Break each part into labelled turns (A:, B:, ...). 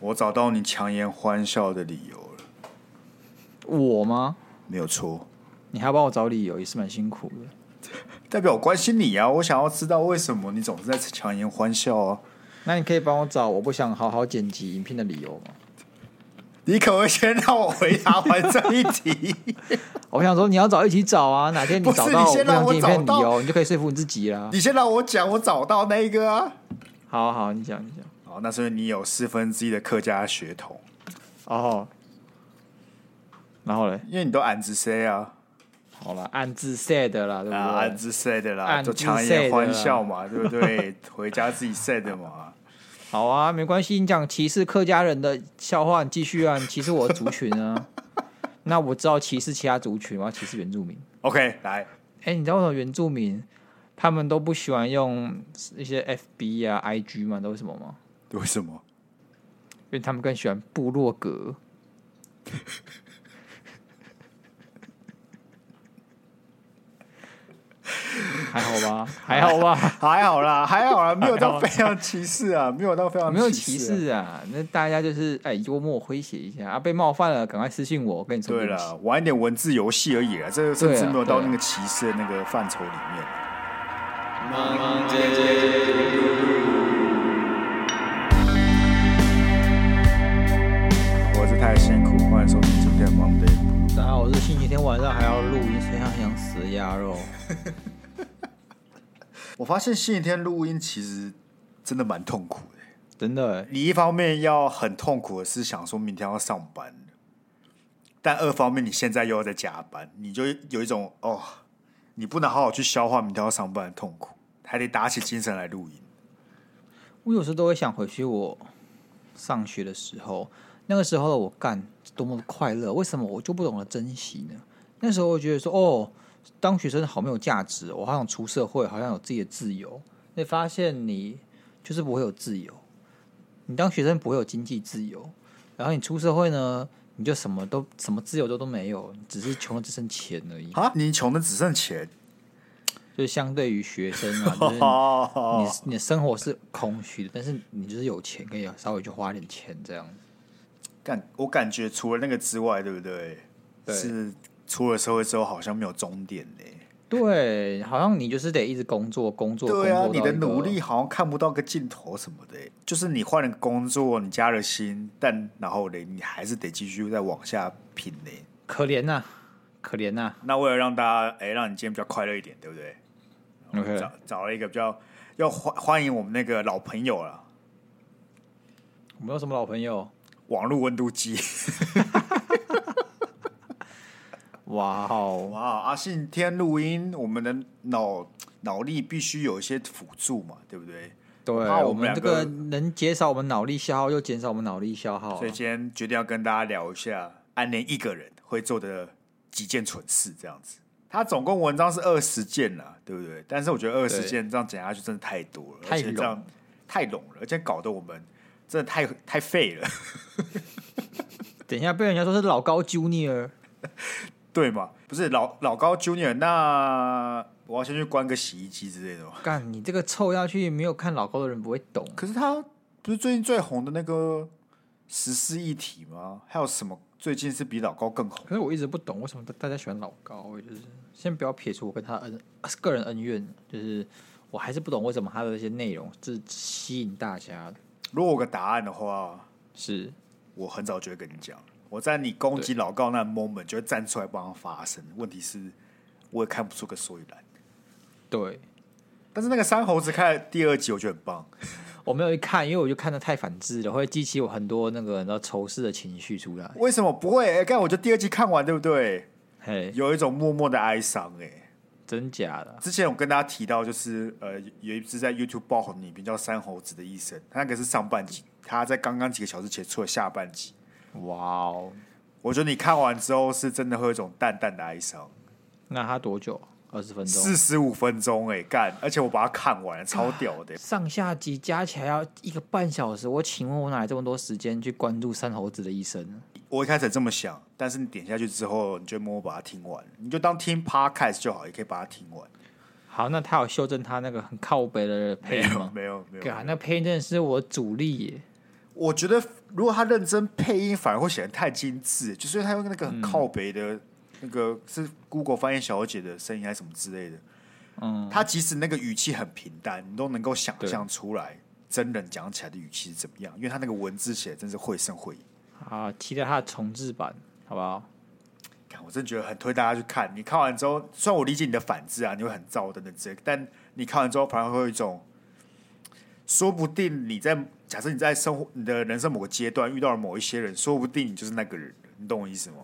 A: 我找到你强颜欢笑的理由了，
B: 我吗？
A: 没有错，
B: 你还要帮我找理由，也是蛮辛苦的。
A: 代表我关心你啊，我想要知道为什么你总是在强颜欢笑啊。
B: 那你可以帮我找我不想好好剪辑影片的理由吗？
A: 你可不可以先让我回答完这一题？
B: 我想说你要找一起找啊，哪天你
A: 不是
B: 找到
A: 你
B: 我不
A: 先让
B: 想
A: 我
B: 剪影片
A: 找到
B: 的理由，你就可以说服你自己啦。
A: 你先让我讲，我找到那一个啊。
B: 好好，你讲你讲。
A: 好，那所以你有四分之一的客家血统，
B: 哦，然后嘞，
A: 因为你都俺之 C 啊，
B: 好了，暗自 sad 啦，对不对？
A: 啊俺之 C 的啦，
B: 俺之
A: 就强颜欢笑嘛，对不 对？回家自己 C 的嘛。
B: 好啊，没关系，你讲歧视客家人的笑话，你继续啊，你歧视我的族群 啊。那我知道歧视其他族群，我要歧视原住民。
A: OK，来，
B: 哎、你知道为什么原住民他们都不喜欢用一些 FB 啊、IG 嘛？都为什么吗？
A: 为什么？
B: 因为他们更喜欢部落格。 还好吧，还好 吧，
A: 还好啦，还好啦，没有到非常歧视啊，没有到非常
B: 没有
A: 歧
B: 歧
A: 视啊。
B: 视啊。那大家就是哎、幽默诙谐一下啊，被冒犯了，赶快私信我，我跟你说
A: 对
B: 对不起
A: 了，玩一点文字游戏而已啦，这甚至
B: 对啊
A: 没有到
B: 对啊
A: 那个歧视的那个范畴里面。我是太辛苦，欢迎收听今天的 Monday。
B: 大家好，我是星期天晚上还要录音，谁还想死鸭肉？
A: 我发现星期天录音其实真的蛮痛苦的。
B: 真的欸，
A: 你一方面要很痛苦的是想说明天要上班，但二方面你现在又要在加班，你就有一种哦，你不能好好去消化明天要上班的痛苦，还得打起精神来录音。
B: 我有时候都会想回去我上学的时候，那个时候的我干多么的快乐，为什么我就不懂得珍惜呢？那时候我觉得说，哦，当学生好没有价值，哦我好想出社会，好像有自己的自由。你发现你就是不会有自由，你当学生不会有经济自由，然后你出社会呢，你就什么都什么自由都都没有，只是穷的只剩钱而已。
A: 啊，你穷的只剩钱，
B: 就是相对于学生啊，就是你你
A: 哦，
B: 你的生活是空虚的，但是你就是有钱，可以稍微去花点钱这样子。
A: 感我感觉除了那个之外，对不对？
B: 对
A: 是出了社会之后好像没有终点嘞、
B: 对，好像你就是得一直工作，工作，
A: 对啊，
B: 工
A: 你
B: 作到
A: 的
B: 一个
A: 努力好像看不到个尽头什么的欸、就是你换了工作，你加了薪，但然后嘞，你还是得继续再往下拼嘞、
B: 可怜呐、可怜呐、
A: 那为了让大家，哎、让你今天比较快乐一点，对不对？找找了一个比较要欢欢迎我们那个老朋友了，
B: 我没有什么老朋友，
A: 网络温度计。
B: 哇哦，
A: 哇，阿信天录音，我们的脑脑力必须有一些辅助嘛，对不对？
B: 对，
A: 怕我
B: 我
A: 们
B: 们
A: 两
B: 这
A: 个
B: 个能减少我们脑力消耗，又减少我们脑力消耗啊、
A: 所以今天决定要跟大家聊一下安莲一个人会做的几件蠢事，这样子。他总共文章是二十件啦，对不对？但是我觉得二十
B: 对
A: 件这样讲下去真的太多了，
B: 太
A: 而且这样
B: 冗
A: 太冗了，而且搞得我们真的太 太废了，
B: 等一下被人家说是老高 Junior，
A: 对吗？不是老老高 Junior，那我要先去关个洗衣机之类的吗？
B: 干你这个臭下去，没有看老高的人不会懂。
A: 可是他不是最近最红的那个十四议题吗？还有什么最近是比老高更红？
B: 可是我一直不懂为什么大大家喜欢老高，就是先不要撇除我跟他恩个人恩怨，就是我还是不懂为什么他的这些内容是吸引大家的。
A: 如果有个答案的话，
B: 是，
A: 我很早就会跟你讲，我在你攻击老高那 moment 就会站出来帮他发声。问题是，我也看不出个所以然。
B: 对
A: 但是那个山猴子看了第二集，我觉得很棒。
B: 我没有去看，因为我就看的太反智了，会激起我很多那个你知道仇视的情绪出来。
A: 为什么不会？哎、干我就第二集看完，对不对？
B: 嘿，
A: 有一种默默的哀伤。哎，
B: 真假的？
A: 之前我跟大家提到，就是呃，有一支在 YouTube 爆红的影片叫《山猴子的一生》，它那个是上半集，它在刚刚几个小时前出了下半集。
B: 哇哦，
A: 我觉得你看完之后，是真的会有一种淡淡的哀伤。
B: 那他多久？二十分钟
A: 四，十五分钟，哎，干！而且我把它看完了，超屌的、
B: 上下集加起来要一个半小时。我请问，我哪来这么多时间去关注山猴子的一生呢？
A: 我一开始这么想，但是你点下去之后，你就默默把它听完，你就当听 podcast 就好，也可以把它听完。
B: 好，那他有修正他那个很靠北的配音 吗？
A: 没有没有，
B: 啊，那配音真的是我主力耶。
A: 我觉得如果他认真配音，反而会显得太精致，就是因为他用那个很靠北的、那个是 Google 翻译小姐的声音还是什么之类的，
B: 嗯，
A: 他即使那个语气很平淡，你都能够想象出来真人讲起来的语气是怎么样，因为他那个文字写的真是绘声绘影。
B: 啊，期待它的重置版，好不好？
A: 看我真觉得很推大家去看。你看完之后，虽然我理解你的反制啊，你会很燥等等之类，但你看完之后反而会有一种，说不定你在假设你在生活你的人生某个阶段遇到了某一些人，说不定你就是那个人，你懂我意思吗？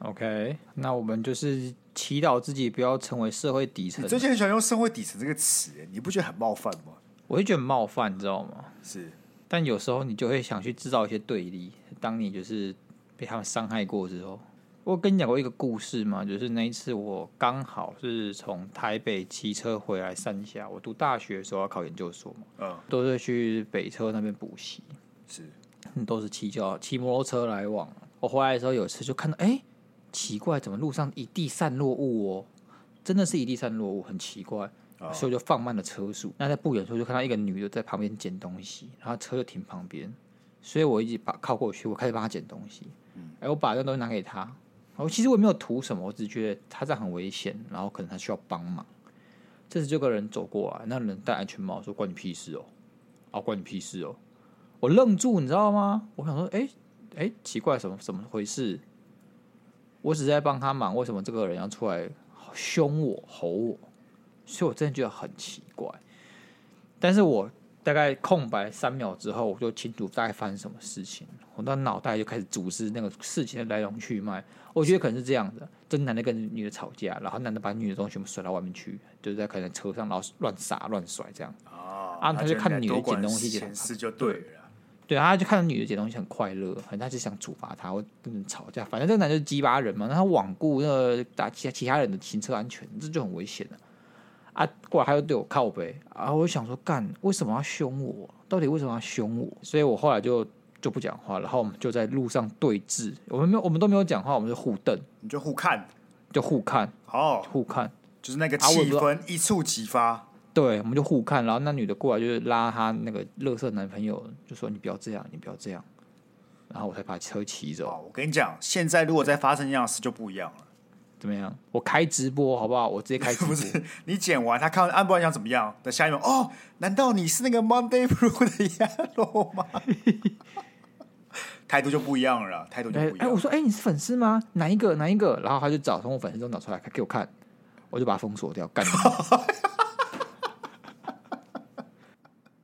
B: OK，那我们就是祈祷自己不要成为社会底层
A: 你。最近很喜欢用“社会底层”这个词，欸你不觉得很冒犯吗？
B: 我会觉得很冒犯，你知道吗？
A: 是，
B: 但有时候你就会想去制造一些对立。当你就是被他们伤害过之后，我跟你讲过一个故事嘛，就是那一次我刚好是从台北骑车回来三峡，我读大学的时候要考研究所嘛，
A: 嗯，
B: 都是去北车那边补习，
A: 是，
B: 都是骑脚骑摩托车来往。我回来的时候有一次就看到，哎、奇怪，怎么路上一地散落物哦？真的是一地散落物，很奇怪。
A: 哦
B: 所以我就放慢了车速。那在不远处就看到一个女的在旁边捡东西，然后车就停旁边，所以我一直把靠过去，我开始帮她捡东西。哎、我把那东西拿给她，我其实我也没有图什么，我只是觉得她这样很危险，然后可能她需要帮忙。这时就有个人走过来，那人戴安全帽说：“关你屁事哦！”啊，关你屁事哦！我愣住，你知道吗？我想说，哎、哎、奇怪，什么怎么回事？我只是在帮他忙，为什么这个人要出来凶我、吼我？所以我真的觉得很奇怪。但是我大概空白三秒之后，我就清楚大概发生什么事情，我的脑袋就开始组织那个事情的来龙去脉。我觉得可能是这样的：这男的跟女的吵架，然后男的把女的东西全部甩到外面去，就是在可能车上，然后乱撒乱甩这样。
A: 哦
B: 啊他就看女的
A: 多管
B: 捡东西
A: 闲事就对了啦。
B: 对，他就看到女的捡东西很快乐，很他就想处罚她，或跟人吵架。反正这个男就是鸡巴人嘛，那他罔顾那个打其他其他人的行车安全，这就很危险了、啊。过来他又对我靠背啊，我就想说，干为什么要凶我？到底为什么要凶我？所以我后来就就不讲话，然后我们就在路上对峙，我们没有我们都没有讲话，我们就互瞪，
A: 你就互看，
B: 就互看
A: 哦，
B: 互看。
A: 就是那个
B: 啊我也
A: 气
B: 不知道
A: 氛一触即发，
B: 对，我们就互看，然后那女的过来就是拉她那个乐色男朋友，就说你不要这样，你不要这样，然后我才把车骑走。
A: 哦，我跟你讲，现在如果再发生一样的事就不一样了。
B: 怎么样？我开直播好不好？我直接开直播。
A: 不是你剪完，他看完，按不然想怎么样？的下一秒，哦，难道你是那个 Monday Blue 的 Yellow 吗？ 态度就不一样了啦，态度就
B: 哎
A: 不一
B: 哎，
A: 样
B: 我。说哎、你是粉丝吗？哪一个？哪一个？然后他就找从我粉丝中找出来给我看，我就把他封锁 掉，干你妈！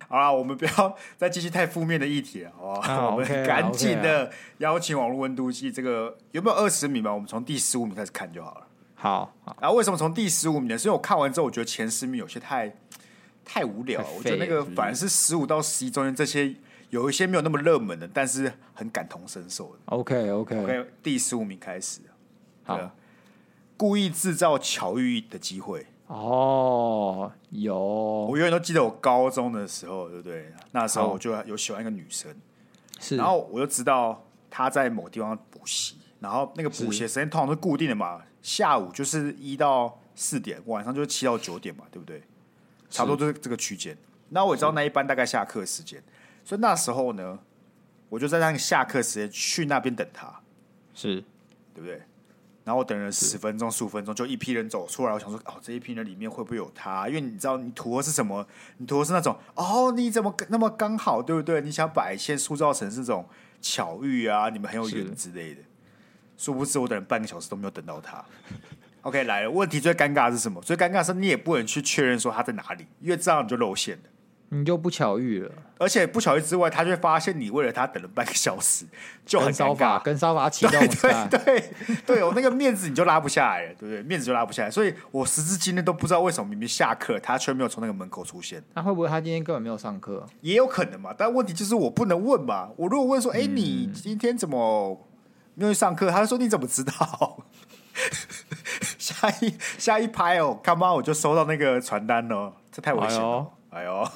A: 好啦，我们不要再继续太负面的议题了，好吧？
B: 啊
A: 我们
B: OK 啊
A: 赶紧
B: OK
A: 的邀请网络温度计，这个有没有二十名嘛？我们从第十五名开始看就好了。
B: 好好，
A: 然后为什么从第十五名呢？是因为我看完之后，我觉得前十名有些太太无聊了
B: 太废
A: 我觉得那
B: 了
A: 个
B: 是不是
A: 反而是十五到十一中间这些有一些没有那么热门的，但是很感同身受的。
B: OK OK，,
A: OK，第十五名开始，对
B: 好
A: 啊故意制造巧遇的机会。
B: 哦，有
A: 我永远都记得我高中的时候，对不对？那时候
B: 好
A: 我就有喜欢一个女生，
B: 是，
A: 然后我就知道她在某地方补习，然后那个补习的时间通常都固定的嘛，下午就是一到四点，晚上就是七到九点嘛，对不对？差不多就是这个区间。那我也知道那一班大概下课时间，所以那时候呢，我就在那个下课时间去那边等她。
B: 是
A: 对不对？然后我等了十分钟、十五分钟，就一批人走出来。我想说，哦，这一批人里面会不会有他？因为你知道，你图的是什么？你图的是那种，哦，你怎么那么刚好，对不对？你想把一切塑造成是这种巧遇啊，你们很有缘
B: 是
A: 之类的。殊不知，我等了半个小时都没有等到他。OK，来了，问题最尴尬的是什么？最尴尬的是你也不能去确认说他在哪里，因为这样你就露馅了。
B: 你就不巧遇了，
A: 而且不巧遇之外，他就会发现你为了他等了半个小时，就很
B: 跟
A: 尴
B: 烧
A: 尬
B: 法。跟烧法起到我
A: 对
B: 干
A: 对对，我那个面子你就拉不下来了，对不对？面子就拉不下来，所以我时至今日都不知道为什么明明下课，他却没有从那个门口出现，
B: 那会不会他今天根本没有上课？
A: 也有可能嘛。但问题就是我不能问嘛，我如果问说，哎、你今天怎么没有去上课？他就说你怎么知道？ 下一下一拍哦，干妈我就收到那个传单了，这太危险了。哎呦，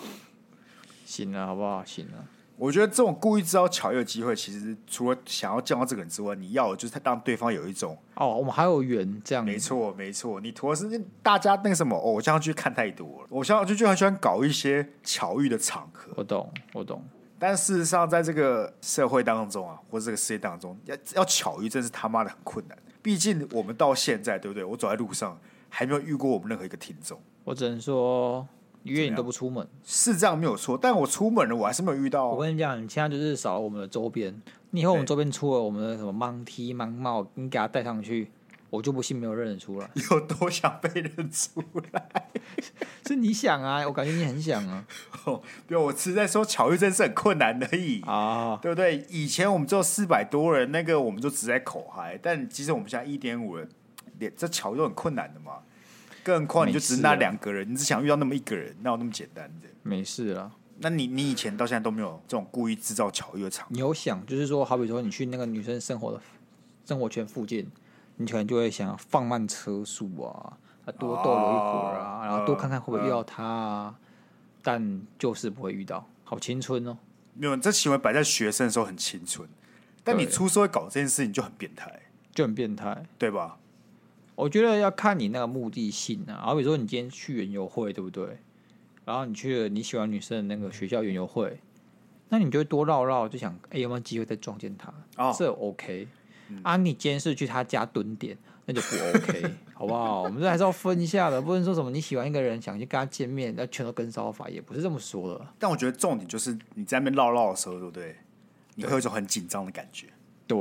B: 行了，好不好？行了，
A: 我觉得这种故意制造巧遇的机会，其实除了想要见到这个人之外，你要的就是让对方有一种。
B: 哦，我们还有缘这样子，
A: 没错，没错，你图的是大家那个什么哦偶像剧看太多了，偶像剧就很喜欢搞一些巧遇的场合，
B: 我懂，我懂，
A: 但事实上，在这个社会当中啊，或者这个世界当中，要要巧遇，真是他妈的很困难。毕竟我们到现在，对不对？我走在路上，还没有遇过我们任何一个听众，
B: 我只能说，约你都不出门。
A: 是这样没有错。但我出门了，我还是没有遇到、
B: 我
A: 啊。
B: 跟你讲，你现在就是少了我们的周边，你以后我们
A: 对
B: 周边出了我们的什么盲梯、盲帽，你给他戴上去，我就不信没有认得出来。
A: 有多想被认出来？
B: 是你想啊，我感觉你很想啊。
A: 比如我只是在说巧遇真是很困难而已，
B: 啊，
A: 对不对？以前我们只有四百多人，那个我们就只在口嗨，但其实我们现在一点五人，连这巧遇都很困难的嘛。更何况你就只是那
B: 没事啊
A: 两个人，你只想遇到那么一个人，哪有那么简单的？
B: 没事了。
A: 那你你以前到现在都没有这种故意制造巧遇的场合，
B: 你有想，就是说，好比说你去那个女生生活的生活圈附近，你可能就会想要放慢车速啊，啊多逗留一会儿啊，
A: 哦
B: 然后多看看
A: 嗯
B: 会不会遇到她啊，但就是不会遇到，好青春哦。
A: 没有这行为摆在学生的时候很青春，但你
B: 对
A: 出社会搞这件事情就很变态，
B: 就很变态。
A: 对吧？
B: 我觉得要看你那个目的性啊，好比说你今天去园游会，对不对？然后你去了你喜欢女生的那个学校园游会，那你就会多绕绕，就想哎、诶有没有机会再撞见她？
A: 哦
B: 这 OK。啊，你今天是去她家蹲点，那就不 OK，好不好？我们这还是要分一下的，不能说什么你喜欢一个人想去跟他见面，那全都跟骚法，也不是这么说的。
A: 但我觉得重点就是你在那边唠唠的时候，对不对？你会有一种很紧张的感觉，
B: 对，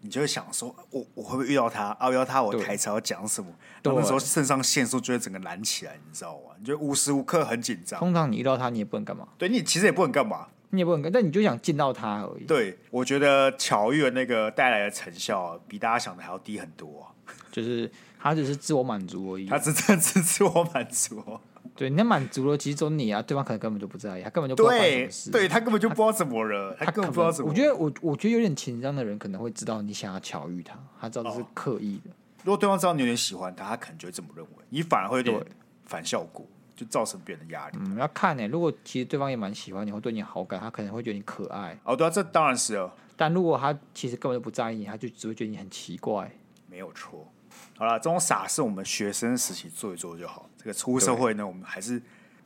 A: 你就会想说，我我会不会遇到他？啊，遇到他，我
B: 对
A: 台词要讲什么？
B: 对
A: 然后那时候肾上腺素就会整个燃起来，你知道吗？你就无时无刻很紧张。
B: 啊通常你遇到他，你也不能干嘛，
A: 对你其实也不能干嘛。
B: 你也不能干，但你就想见到他而已。
A: 对我觉得巧遇的那个带来的成效啊、比大家想的还要低很多啊、
B: 就是他只是自我满足而已。
A: 他只真只自我满足、哦。
B: 对，你那满足了，其实只有你啊，对方可能根本就不在意，他根本 就不知道发生什
A: 对
B: 么事。，
A: 对他根本就不知道怎么了，他
B: 他
A: 根本
B: 根本
A: 不知道怎么。
B: 我觉得我我觉得有点情商的人可能会知道你想要巧遇他，他知道
A: 哦
B: 这是刻意的。
A: 如果对方知道你有点喜欢他，他可能就会这么认为，你反而会有点
B: 对
A: 反效果，就造成别人的压力。
B: 嗯，要看呢、如果其实对方也蛮喜欢你，或对你有好感，他可能会觉得你可爱；
A: 哦，对啊，这当然是哦，
B: 但如果他其实根本就不在意你，他就只会觉得你很奇怪。
A: 没有错。好了，这种傻事我们学生时期做一做就好。这个出社会呢，我们还是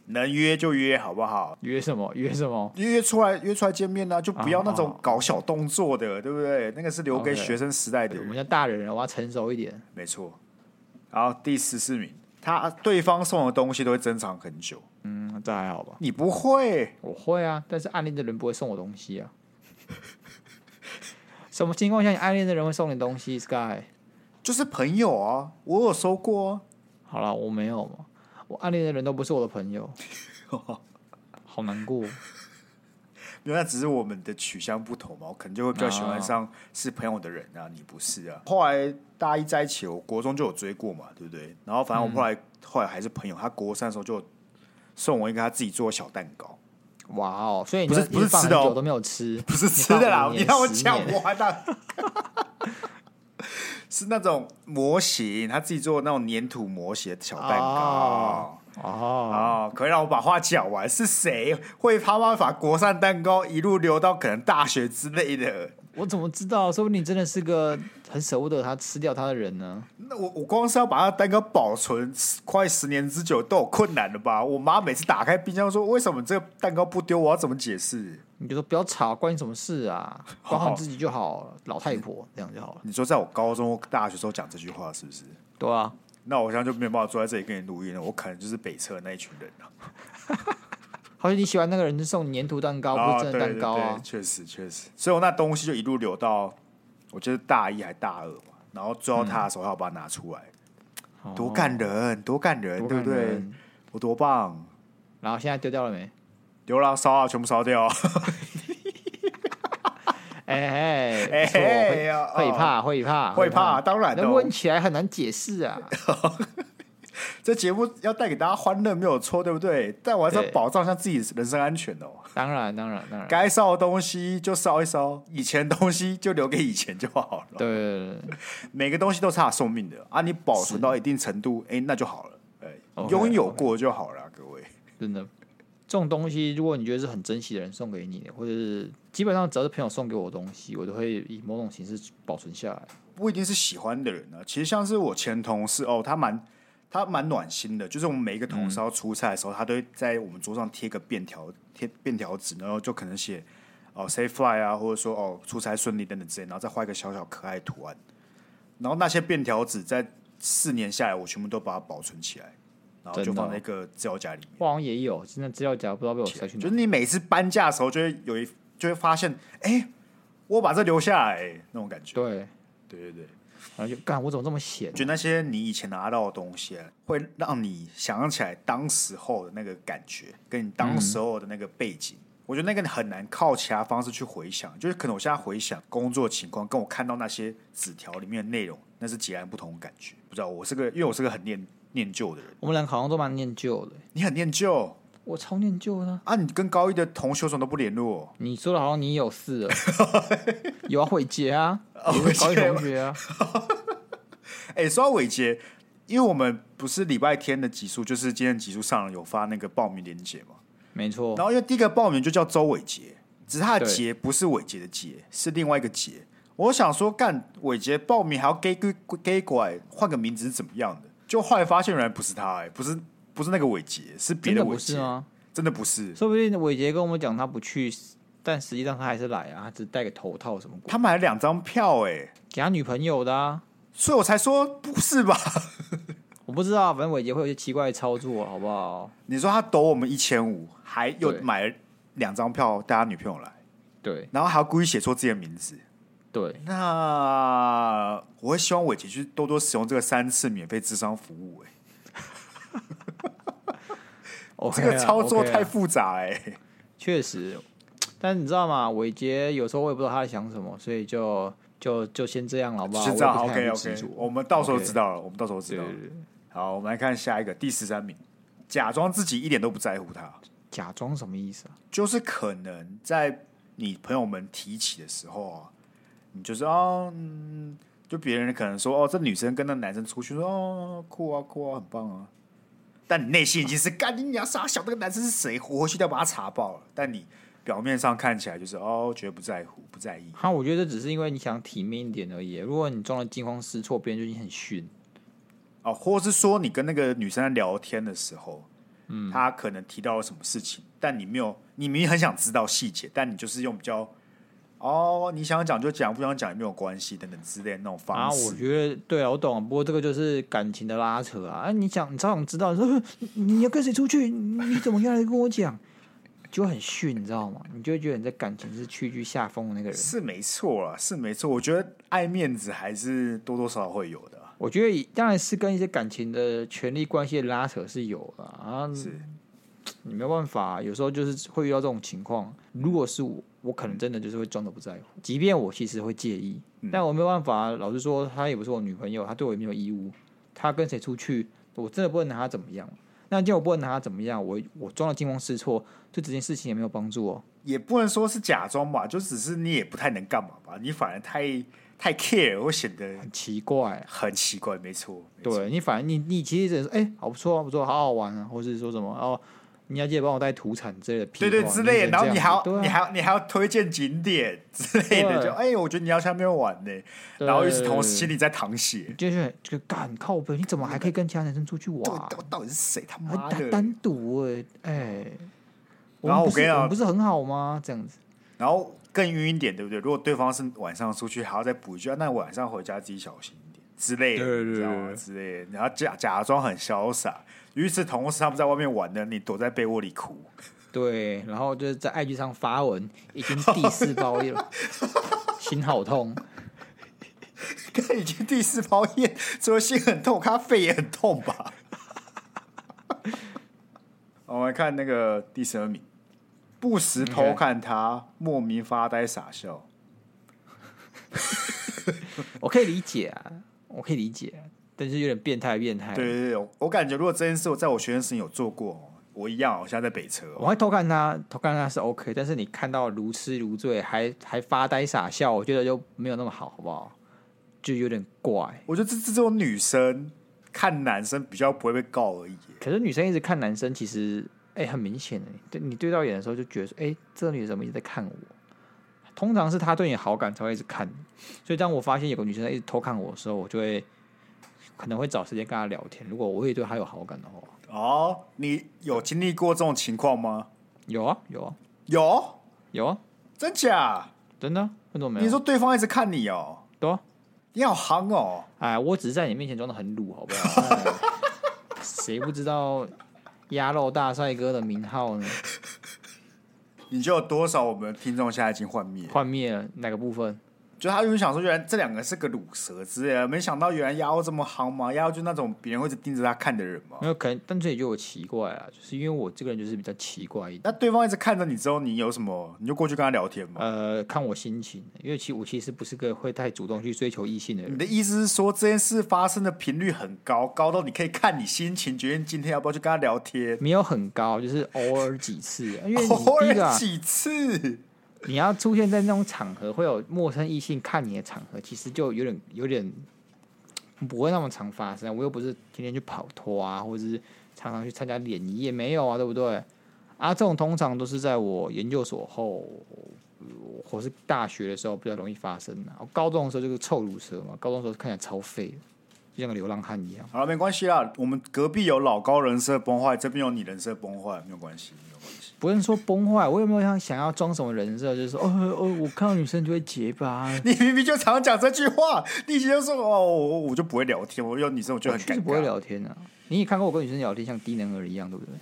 A: 能约就约，好不好？
B: 约什么约什么？
A: 约出来约出来见面呢、就不要那种
B: 哦
A: 搞小动作的，对不对？那个是留给
B: OK
A: 学生时代的
B: 我
A: 人
B: 们。叫大人了，啊我要成熟一点。
A: 没错。然后第十四名，他对方送的东西都会珍藏很久，
B: 嗯，这还好吧？
A: 你不会。
B: 我会啊，但是暗恋的人不会送我东西啊。 什么情况下你暗恋的人会送你东西？Sky，
A: 就是朋友啊，我有收过、啊。
B: 好了，我没有嘛，我暗恋的人都不是我的朋 友，好难过。
A: 因为那只是我们的取向不同嘛，我可能就会比较喜欢上是朋友的人啊，你不是啊。后来大一在一起，我国中就有追过嘛，对不对？然后反正我们后来、后来还是朋友，他国三的时候就送我一个他自己做的小蛋糕，
B: 哇哦，所以你
A: 不是
B: 就
A: 不是
B: 一直放
A: 吃的哦
B: 很久都没有吃，
A: 不是吃的啦，
B: 你
A: 你
B: 放
A: 让
B: 五
A: 我
B: 年
A: 讲
B: 十年
A: 完啦。 是那种模型，他自己做那种粘土模型的小蛋糕
B: 哦哦，
A: 哦，可以让我把话讲完。是谁会他妈把国産蛋糕一路留到可能大学之类的？
B: 我怎么知道？说不定你真的是个很舍不得他吃掉他的人呢。
A: 那我我光是要把它蛋糕保存十快十年之久都有困难了吧？我妈每次打开冰箱说：“为什么这个蛋糕不丢？”我要怎么解释？
B: 你就说不要吵，关你什么事啊？管好你自己就好了，老太
A: 哦
B: 婆这样就好了。
A: 你说在我高中、大学时候讲这句话是不是？
B: 对啊，
A: 那我现在就没有办法坐在这里跟你录音了，我可能就是北侧那一群人啊了。
B: 好像你喜欢那个人就送你粘土蛋糕，不
A: 哦
B: 是真的
A: 对
B: 蛋
A: 对
B: 糕
A: 对，
B: 啊。
A: 确实确实。所以我那东西就一路留到我觉得大一还大二嘛，然后追到他的时候，还要把它拿出来，多感人，多感人，
B: 哦多
A: 对
B: 感
A: 不对
B: 人？
A: 我多棒！
B: 然后现在丢掉了没？
A: 丢了烧啊，全部烧掉。
B: 哎哎，不错
A: 哎
B: 会
A: 呀
B: 会怕，会 怕，
A: 会怕当然的
B: 那
A: 哦
B: 问起来很难解释啊。
A: 这节目要带给大家欢乐没有错，对不对？但我还是要
B: 对嗯
A: 保障一下自己人身安全哦。
B: 当然，当然，当然，
A: 该烧的东西就烧一烧，以前的东西就留给以前就好了。
B: 对对对对，
A: 每个东西都是它的寿命的啊，你保存到一定程度，哎，那就好了，哎，
B: OK，
A: 拥有过就好了啊，各位。
B: 真的，这种东西，如果你觉得是很珍惜的人送给你的，或者是基本上只要是朋友送给我的东西，我都会以某种形式保存下来。
A: 不一定是喜欢的人啊，其实像是我前同事哦，他蛮他蛮暖心的，就是我们每一个同事要出差的时候，他都会在我们桌上贴个便条贴便条纸，然后就可能写哦 “safe fly” 啊，或者说哦出差顺利等等之类，然后再画一个小小可爱的图案。然后那些便条纸在四年下来，我全部都把它保存起来，然后就
B: 真的哦
A: 放在一个资料夹里面。
B: 我好像也有，真的资料夹不知道被我塞去哪
A: 就是。你每次搬家的时候，就会有一就会发现，哎、我把这留下来、哎那种感觉。
B: 对，
A: 对对对。
B: 然后就干，我怎么这么闲？
A: 就那些你以前拿到的东西啊，会让你想象起来当时候的那个感觉，跟你当时候的那个背景。我觉得那个很难靠其他方式去回想，就是可能我现在回想工作情况，跟我看到那些纸条里面的内容，那是截然不同的感觉。不知道我是个，因为我是个很念念旧的人，
B: 我们两个好像都蛮念旧的、
A: 你很念旧
B: 我超念旧的啊、
A: 啊！你跟高一的同学为什么都不联络？
B: 你说的好像你有事 了，有啊，伟杰啊，也是高一同学啊，
A: 哎、说到伟杰，因为我们不是礼拜天的集数，就是今天的集数上了有发那个报名链接嘛。
B: 没错
A: 然，后因为第一个报名就叫周伟杰，只是他的
B: 对
A: 杰不是伟杰的杰，是另外一个杰。我想说，干伟杰报名还要 gay gay gay 拐，换个名字是怎么样的？就后来发现原来不是他、哎，不是不是那个伟杰，是别
B: 真的
A: 伟
B: 不
A: 杰，
B: 是吗？
A: 真的不是。
B: 说不定伟杰跟我们讲他不去，但实际上他还是来啊，他只戴个头套什么鬼，
A: 他买了两张票、哎，
B: 给他女朋友的啊，
A: 所以我才说不是吧？
B: 我不知道，啊反正伟杰会有一些奇怪的操作，好不好？
A: 你说他抖我们一千五，还有
B: 对
A: 买了两张票带他女朋友来，
B: 对
A: 然后还要故意写错自己的名字，
B: 对，
A: 那我会希望伟杰去多多使用这个三次免费智商服务、哎。这
B: OK 啊
A: 个操作
B: OK 啊
A: 太复杂哎、
B: 确实，但你知道吗？伟杰有时候我也不知道他在想什么，所以就就就先这样，好不好？
A: 是这样，OK OK，我
B: 我
A: 们到时候
B: OK
A: 知道了，我们到时候知
B: 对
A: 道
B: 对
A: 了。
B: 对，
A: 好，我们来看下一个第十三名，假装自己一点都不在乎他，
B: 假装什么意思啊？
A: 就是可能在你朋友们提起的时候啊，你就是哦，嗯，就别人可能说哦，这女生跟那男生出去说哦，酷啊酷啊，很棒啊，但你内心已经是干你娘傻小，那个男生是谁，活回去都要把他查爆了，但你表面上看起来就是哦，觉得不在乎，不在意。
B: 哈，我觉得这只是因为你想体面一点而已。如果你装的惊慌失措，别人就已经很逊。
A: 哦，或是说你跟那个女生在聊天的时候，嗯，她可能提到了什么事情，但你没有，你明明很想知道细节，但你就是用比较哦，你想讲就讲，不想讲也没有关系等等之类的那种
B: 啊，
A: 方式。
B: 我觉得对啊，我懂啊。不过这个就是感情的拉扯啊。啊，你想，你超想知道，你说呃你你要跟谁出去，你你怎么样来跟我讲，就很逊，你知道吗？你就会觉得你在感情是屈居下风的那个人。
A: 是没错啦，是没错。我觉得爱面子还是多多少少会有的啊。
B: 我觉得当然是跟一些感情的权利关系的拉扯是有的啊，
A: 是
B: 你没有办法，有时候就是会遇到这种情况。如果是我，我可能真的就是会装的不在乎，即便我其实会介意，
A: 嗯
B: 但我没有办法。老实说，她也不是我女朋友，她对我也没有义务。她跟谁出去，我真的不能拿她怎么样。那既然我不能拿她怎么样，我我装的惊慌失措，对这件事情也没有帮助哦。
A: 也不能说是假装吧，就只是你也不太能干嘛吧，你反而太太 care 会显得
B: 很奇怪，
A: 很奇怪。没错，没错
B: 对你反正你你其实只能说，哎、好不错啊，不错，好好玩啊，或是说什么哦，你要记得帮我带土产之类的屁话，
A: 对对之类的，
B: 你只能
A: 然后
B: 哦
A: 你还要、
B: 这样子对啊
A: 你还要你还要推荐景点之类的，
B: 对
A: 就哎、我觉得你要去那边玩呢、
B: 对
A: 然后又是同时心里在淌血，
B: 就是就干靠背，你怎么还可以跟其他男生出去
A: 到
B: 玩
A: 到？到底是谁他
B: 还
A: 妈
B: 单
A: 的？
B: 单独哎、哎，
A: 然后我
B: 我们不
A: 跟
B: 是
A: 你讲
B: 我们不是很好吗？这样子，
A: 然后更晕一点，对不对？如果对方是晚上出去，还要再补一句，啊那晚上回家自己小心一点之类的，
B: 对对
A: 你知道吗
B: 对对
A: 之类的，然后假假装很潇洒。与此同时，他们在外面玩呢，你躲在被窝里哭。
B: 对，然后就是在 IG 上发文，已经第四 包夜了，心好痛。
A: 看已经第四包烟，除了心很痛，他肺也很痛吧？ 我们来看那个第十二名，不时偷看他莫名发呆傻笑。
B: 我可以理解啊，我可以理解啊、但是有点变态，变态。
A: 对对对，我我感觉如果这件事我在我学生时期有做过哦，我一样哦，我现在在北车哦、
B: 我会偷看他，偷看他是 OK，但是你看到如痴如醉，还还发呆傻笑，我觉得就没有那么好，好不好？就有点怪。
A: 我觉得这这种女生看男生比较不会被告而已耶。
B: 可是女生一直看男生，其实哎、很明显的，对你对到眼的时候就觉得说，哎、这女的怎么一直在看我？通常是她对你好感才会一直看你，所以当我发现有个女生在一直偷看我的时候，我就会可能会找时间跟他聊天。如果我也对他有好感的话，
A: 哦，你有经历过这种情况吗？
B: 有啊有啊
A: 有，
B: 有啊，
A: 真假？
B: 真的啊、为什么没有？
A: 你说对方一直看你哦，
B: 对啊？
A: 你好憨哦，
B: 哎，我只是在你面前装的很鲁，好不好？ 哎谁不知道鸭肉大帅哥的名号呢？
A: 你就有多少我们的听众现在已经幻灭？
B: 幻灭了哪个部分？
A: 就他原本想说，原来这两个是个卤蛇之类的，没想到原来鸭肉这么憨嘛，鸭肉就那种别人会一直盯着他看的人嘛。
B: 没有，可能单纯也就我奇怪啊，就是因为我这个人就是比较奇怪一点。
A: 那对方一直看着你之后，你有什么？你就过去跟他聊天嘛。
B: 呃，看我心情，因为其实我其实不是个会太主动去追求异性的
A: 你
B: 人。
A: 的意思是说这件事发生的频率很高，高到你可以看你心情决定今天要不要去跟他聊天？
B: 没有很高，就是偶尔几次，嗯因为你
A: 偶
B: 第一个、
A: 尔
B: 啊、
A: 几次？
B: 你要出现在那种场合，会有陌生异性看你的场合，其实就有点有点不会那么常发生。我又不是天天去跑脱啊，或者是常常去参加联谊，也没有啊，对不对？啊，这种通常都是在我研究所后，呃或是大学的时候比较容易发生啊。我高中的时候就是臭乳蛇嘛，高中的时候看起来超废的，就像个流浪汉一样。
A: 好了，没关系啦。我们隔壁有老高人设崩坏，这边有你人设崩坏，没有关系，没有关系。
B: 不是说崩坏，我有没有想想要装什么人设？就是说，哦哦，我看到女生就会结巴，啊
A: 你明明就常讲这句话，你以前就说哦，我我就不会聊天，我有女生我就很
B: 确
A: 尴尬。
B: 实哦不会聊天啊。你也看过我跟女生聊天像低能儿一样，对不对？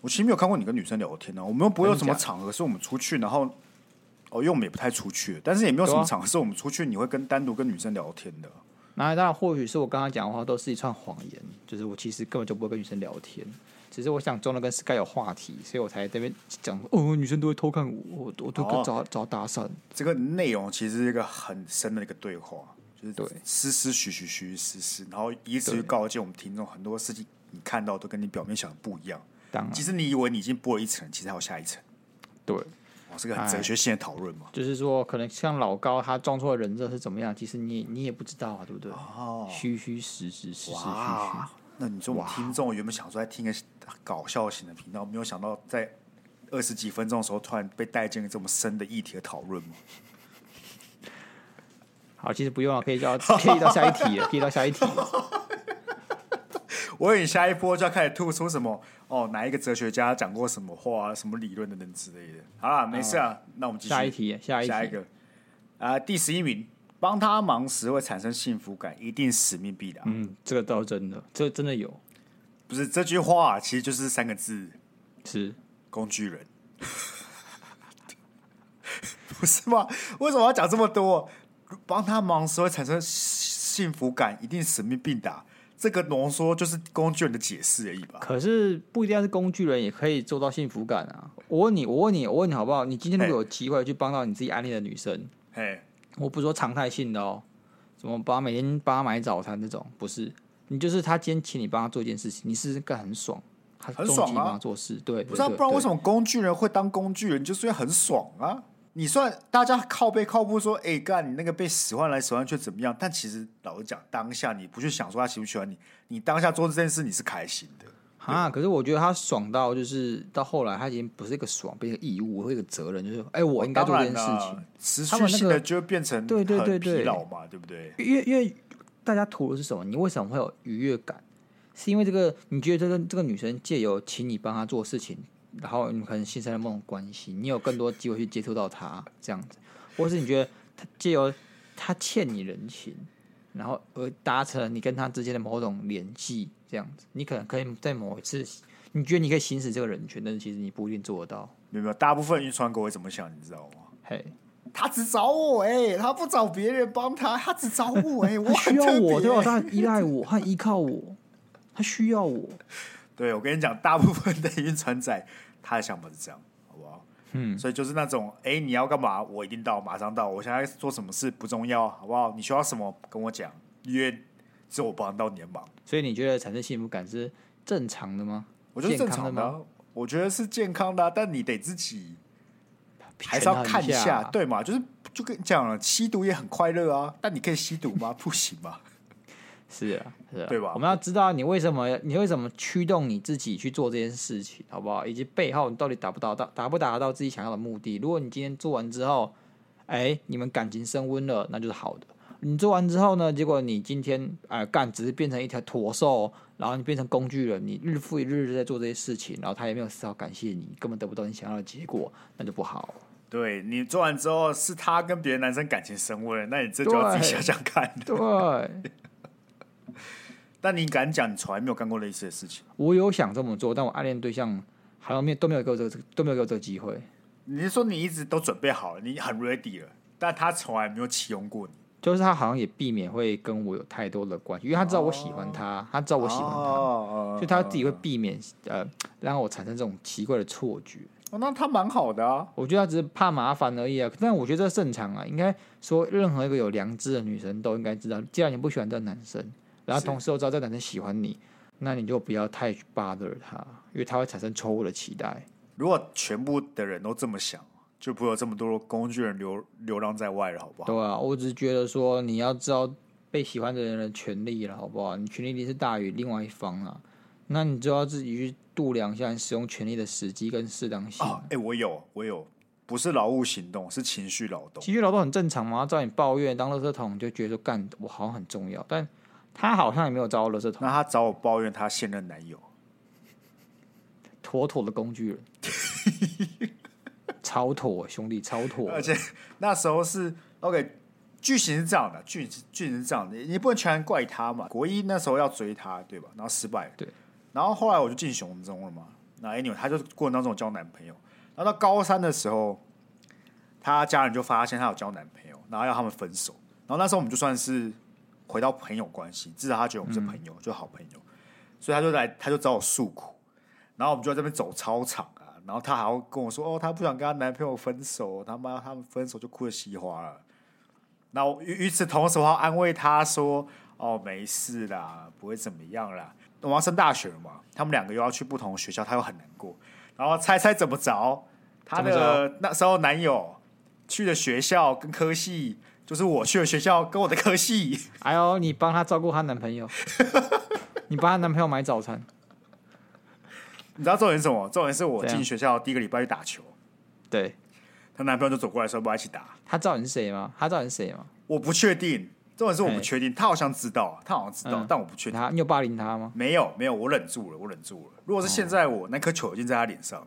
A: 我其实没有看过你跟女生聊天呢、啊我们又不会有什么
B: 真假
A: 场合是我们出去，然后哦，因为我们也不太出去，但是也没有什
B: 对
A: 么
B: 啊
A: 场合是我们出去你会跟单独跟女生聊天的。
B: 然后当然，或许是我刚刚讲的话都是一串谎言，就是我其实根本就不会跟女生聊天，只是我想装的跟 Sky 有话题，所以我才在那边讲哦，女生都会偷看我，我我都
A: 哦
B: 找找搭讪。
A: 这个内容其实是一个很深的一个对话，就是
B: 对
A: 丝丝许许许许丝丝，然后以此去
B: 对
A: 告诫我们听众，很多事情你看到都跟你表面想的不一样。
B: 当然
A: 其，实你以为你已经剥了一层，其实还有下一层。
B: 对，
A: 哦，是个
B: 哎
A: 很哲学性的讨论嘛。
B: 就是说，可能像老高他装错人设是怎么样，其实你也你也不知道啊，对不对？
A: 哦，
B: 虚虚实实，实实虚虚
A: 哇。，那你说我们听众原本想说在听个搞笑型的频道，没有想到在二十几分钟的时候，突然被带进了这么深的议题的讨论嘛？
B: 好，其实不用了，可以到可以到下一题了，可以 到下一题了。
A: 我以为下一波就要开始吐出什么哦，哪一个哲学家讲过什么话、什么理论等等之类的。好啦，没事啊，那我们继续
B: 嗯下一题，下一
A: 下一
B: 题，
A: 个啊、第十一名，帮他忙时会产生幸福感，一定使命必达。
B: 嗯，这个倒是真的，这真的有
A: 不是这句话，其实就是三个字：
B: 是。
A: 工具人， 不是吗？为什么要讲这么多？帮他忙时会产生幸福感，一定使命必达。啊这个浓缩就是工具人的解释而已吧？
B: 可是不一定要是工具人，也可以做到幸福感啊！我问你，我问你，我问你好不好？你今天如果
A: 哎
B: 有机会去帮到你自己暗恋的女生，
A: 嘿，
B: 我不是说常态性的哦，什么帮她每天帮她买早餐这种，不是，你就是她今天请你帮她做一件事情，你是干很爽，她
A: 很
B: 中
A: 爽
B: 计
A: 啊
B: 帮她做事，对，
A: 不是、啊，不然为什
B: 么？
A: 么工具人会当工具人？就是因为很爽啊！你算大家靠背靠步说，哎、干你那个被使唤来使唤去怎么样？但其实老实讲，当下你不去想说他喜不喜欢你，你当下做这件事你是开心的。
B: 啊！可是我觉得她爽到就是到后来，她已经不是一个爽，变成一个义务或一个责任，就是哎、我应该做
A: 哦当
B: 这
A: 然
B: 件事
A: 啦
B: 情。，
A: 持
B: 他
A: 续
B: 们那
A: 性
B: 个
A: 的就会变成
B: 对对对
A: 很疲
B: 对
A: 劳嘛，对不对？
B: 因为因为大家图的是什么？你为什么会有愉悦感？是因为这个你觉得这个这个女生借由请你帮她做事情，然后你们可能新生了某种关系，你有更多机会去接触到她这样子，或是你觉得她借由她欠你人情，然后而达成你跟她之间的某种联系，这样子，你可能可以在某一次。你觉得你可以行使这个人权，但是其实你不一定做得到。
A: 没有没有，大部分晕船狗会怎么想，你知道 吗？
B: 嘿，
A: 他只找我哎、他不找别人帮他，他只找我哎、我
B: 他
A: 很
B: 需要
A: 特别
B: 我，对吧？
A: 欸
B: 他很依赖我，他很依靠我，他需要我。
A: 对，我跟你讲，大部分的晕船仔他的想法是这样，好不好？
B: 嗯，
A: 所以就是那种，哎、你要干嘛？我一定到，马上到。我现在做什么事不重要，好不好？你需要什么跟我讲，因为只有我帮到你的忙。
B: 所以你觉得产生幸福感是正常的吗？
A: 我觉得正常
B: 健康的
A: 啊我觉得是健康的啊、但你得自己还是
B: 权
A: 要
B: 衡
A: 看一下，
B: 下，，
A: 对嘛？就是就跟你讲了，吸毒也很快乐啊，但你可以吸毒吗？ 不行吧？
B: 是啊，是啊，
A: 对吧
B: 我们要知道你为什么，你为什么驱动你自己去做这件事情，好不好？以及背后你到底达不达到，达不达到自己想要的目的？如果你今天做完之后，哎，你们感情升温了，那就是好的；你做完之后呢，结果你今天呃干只是变成一条驼兽，然后你变成工具人，你日复一日地在做这些事情，然后他也没有丝毫感谢你，根本得不到你想要的结果，那就 不好。
A: 对你做完之后是他跟别的男生感情升温了，那你这就要自己想想 看。
B: 对，
A: 但你敢讲，你从来没有干过类似的事情。
B: 我有想这么做，但我暗恋对象好像没有都没有给我这个都没有给我这个机会，
A: 你是说你一直都准备好了，你很 ready 了，但他从来没有启用过你。
B: 就是他好像也避免会跟我有太多的关系，因为他知道我喜欢他，他知道我喜欢他，
A: 哦
B: 所以他自己会避免呃让我产生这种奇怪的错觉。
A: 哦，那他蛮好的啊。
B: 我觉得他只是怕麻烦而已啊。但我觉得这正常啊，应该说任何一个有良知的女生都应该知道，既然你不喜欢这个男生，然后
A: 是
B: 同时又知道这个男生喜欢你，那你就不要太去 bother 他，因为他会产生错误的期待。
A: 如果全部的人都这么想，就不会有这么多工具人流流浪在外了，好不好？
B: 对啊，我只是觉得说你要知道被喜欢的人的权利了，好不好？你权利一定是大于另外一方啊，那你就要自己去度量一下你使用权利的时机跟适当性。
A: 哦，哎、我有，我有，不是劳务行动，是情绪劳动。
B: 情绪劳动很正常嘛，照你抱怨当垃圾桶，你就觉得说干我好像很重要，但他好像也没有招垃圾桶，
A: 那他找我抱怨他现任男友，
B: 妥妥的工具人，超妥兄弟，超妥，
A: 而且那时候是 OK，剧情是这样的，剧情剧情是这样的，你不能全然怪他嘛。国一那时候要追他，对吧？然后失败了，
B: 对。
A: 然后后来我就进雄中了嘛，那 anyway，他就过程当中有交男朋友，然后到高三的时候，他家人就发现他有交男朋友，然后要他们分手。然后那时候我们就算是回到朋友关系，至少他觉得我们是
B: 嗯
A: 朋友，就好朋友，所以他就来，他就找我诉苦，然后我们就在这边走操场啊，然后他还要跟我说，哦，她不想跟她男朋友分手，他妈他们分手就哭得稀花了。那我与与此同时，我还要安慰他说，哦，没事啦，不会怎么样啦。我要升大学了嘛，他们两个又要去不同的学校，他又很难过。然后猜猜怎么着？她
B: 怎么
A: 的那时候男友去的学校跟科系，就是我去的学校跟我的科系。
B: 哎呦，你帮她照顾她男朋友，你帮她男朋友买早餐，
A: 你知道重点是什么？重点是我
B: 怎样
A: 进学校第一个礼拜去打球，
B: 对
A: 她男朋友就走过来说要不要一起打。
B: 她知道你是谁吗？她知道你是谁吗？
A: 我不确定，重点是我不
B: 嘿
A: 确定，她好像知道，啊她好像知道，
B: 哎嗯
A: 但我不确定。
B: 她你有霸凌她吗？
A: 没有没有，我忍住了，我忍住了。如
B: 哦
A: 果是现在我，那颗球已经在她脸上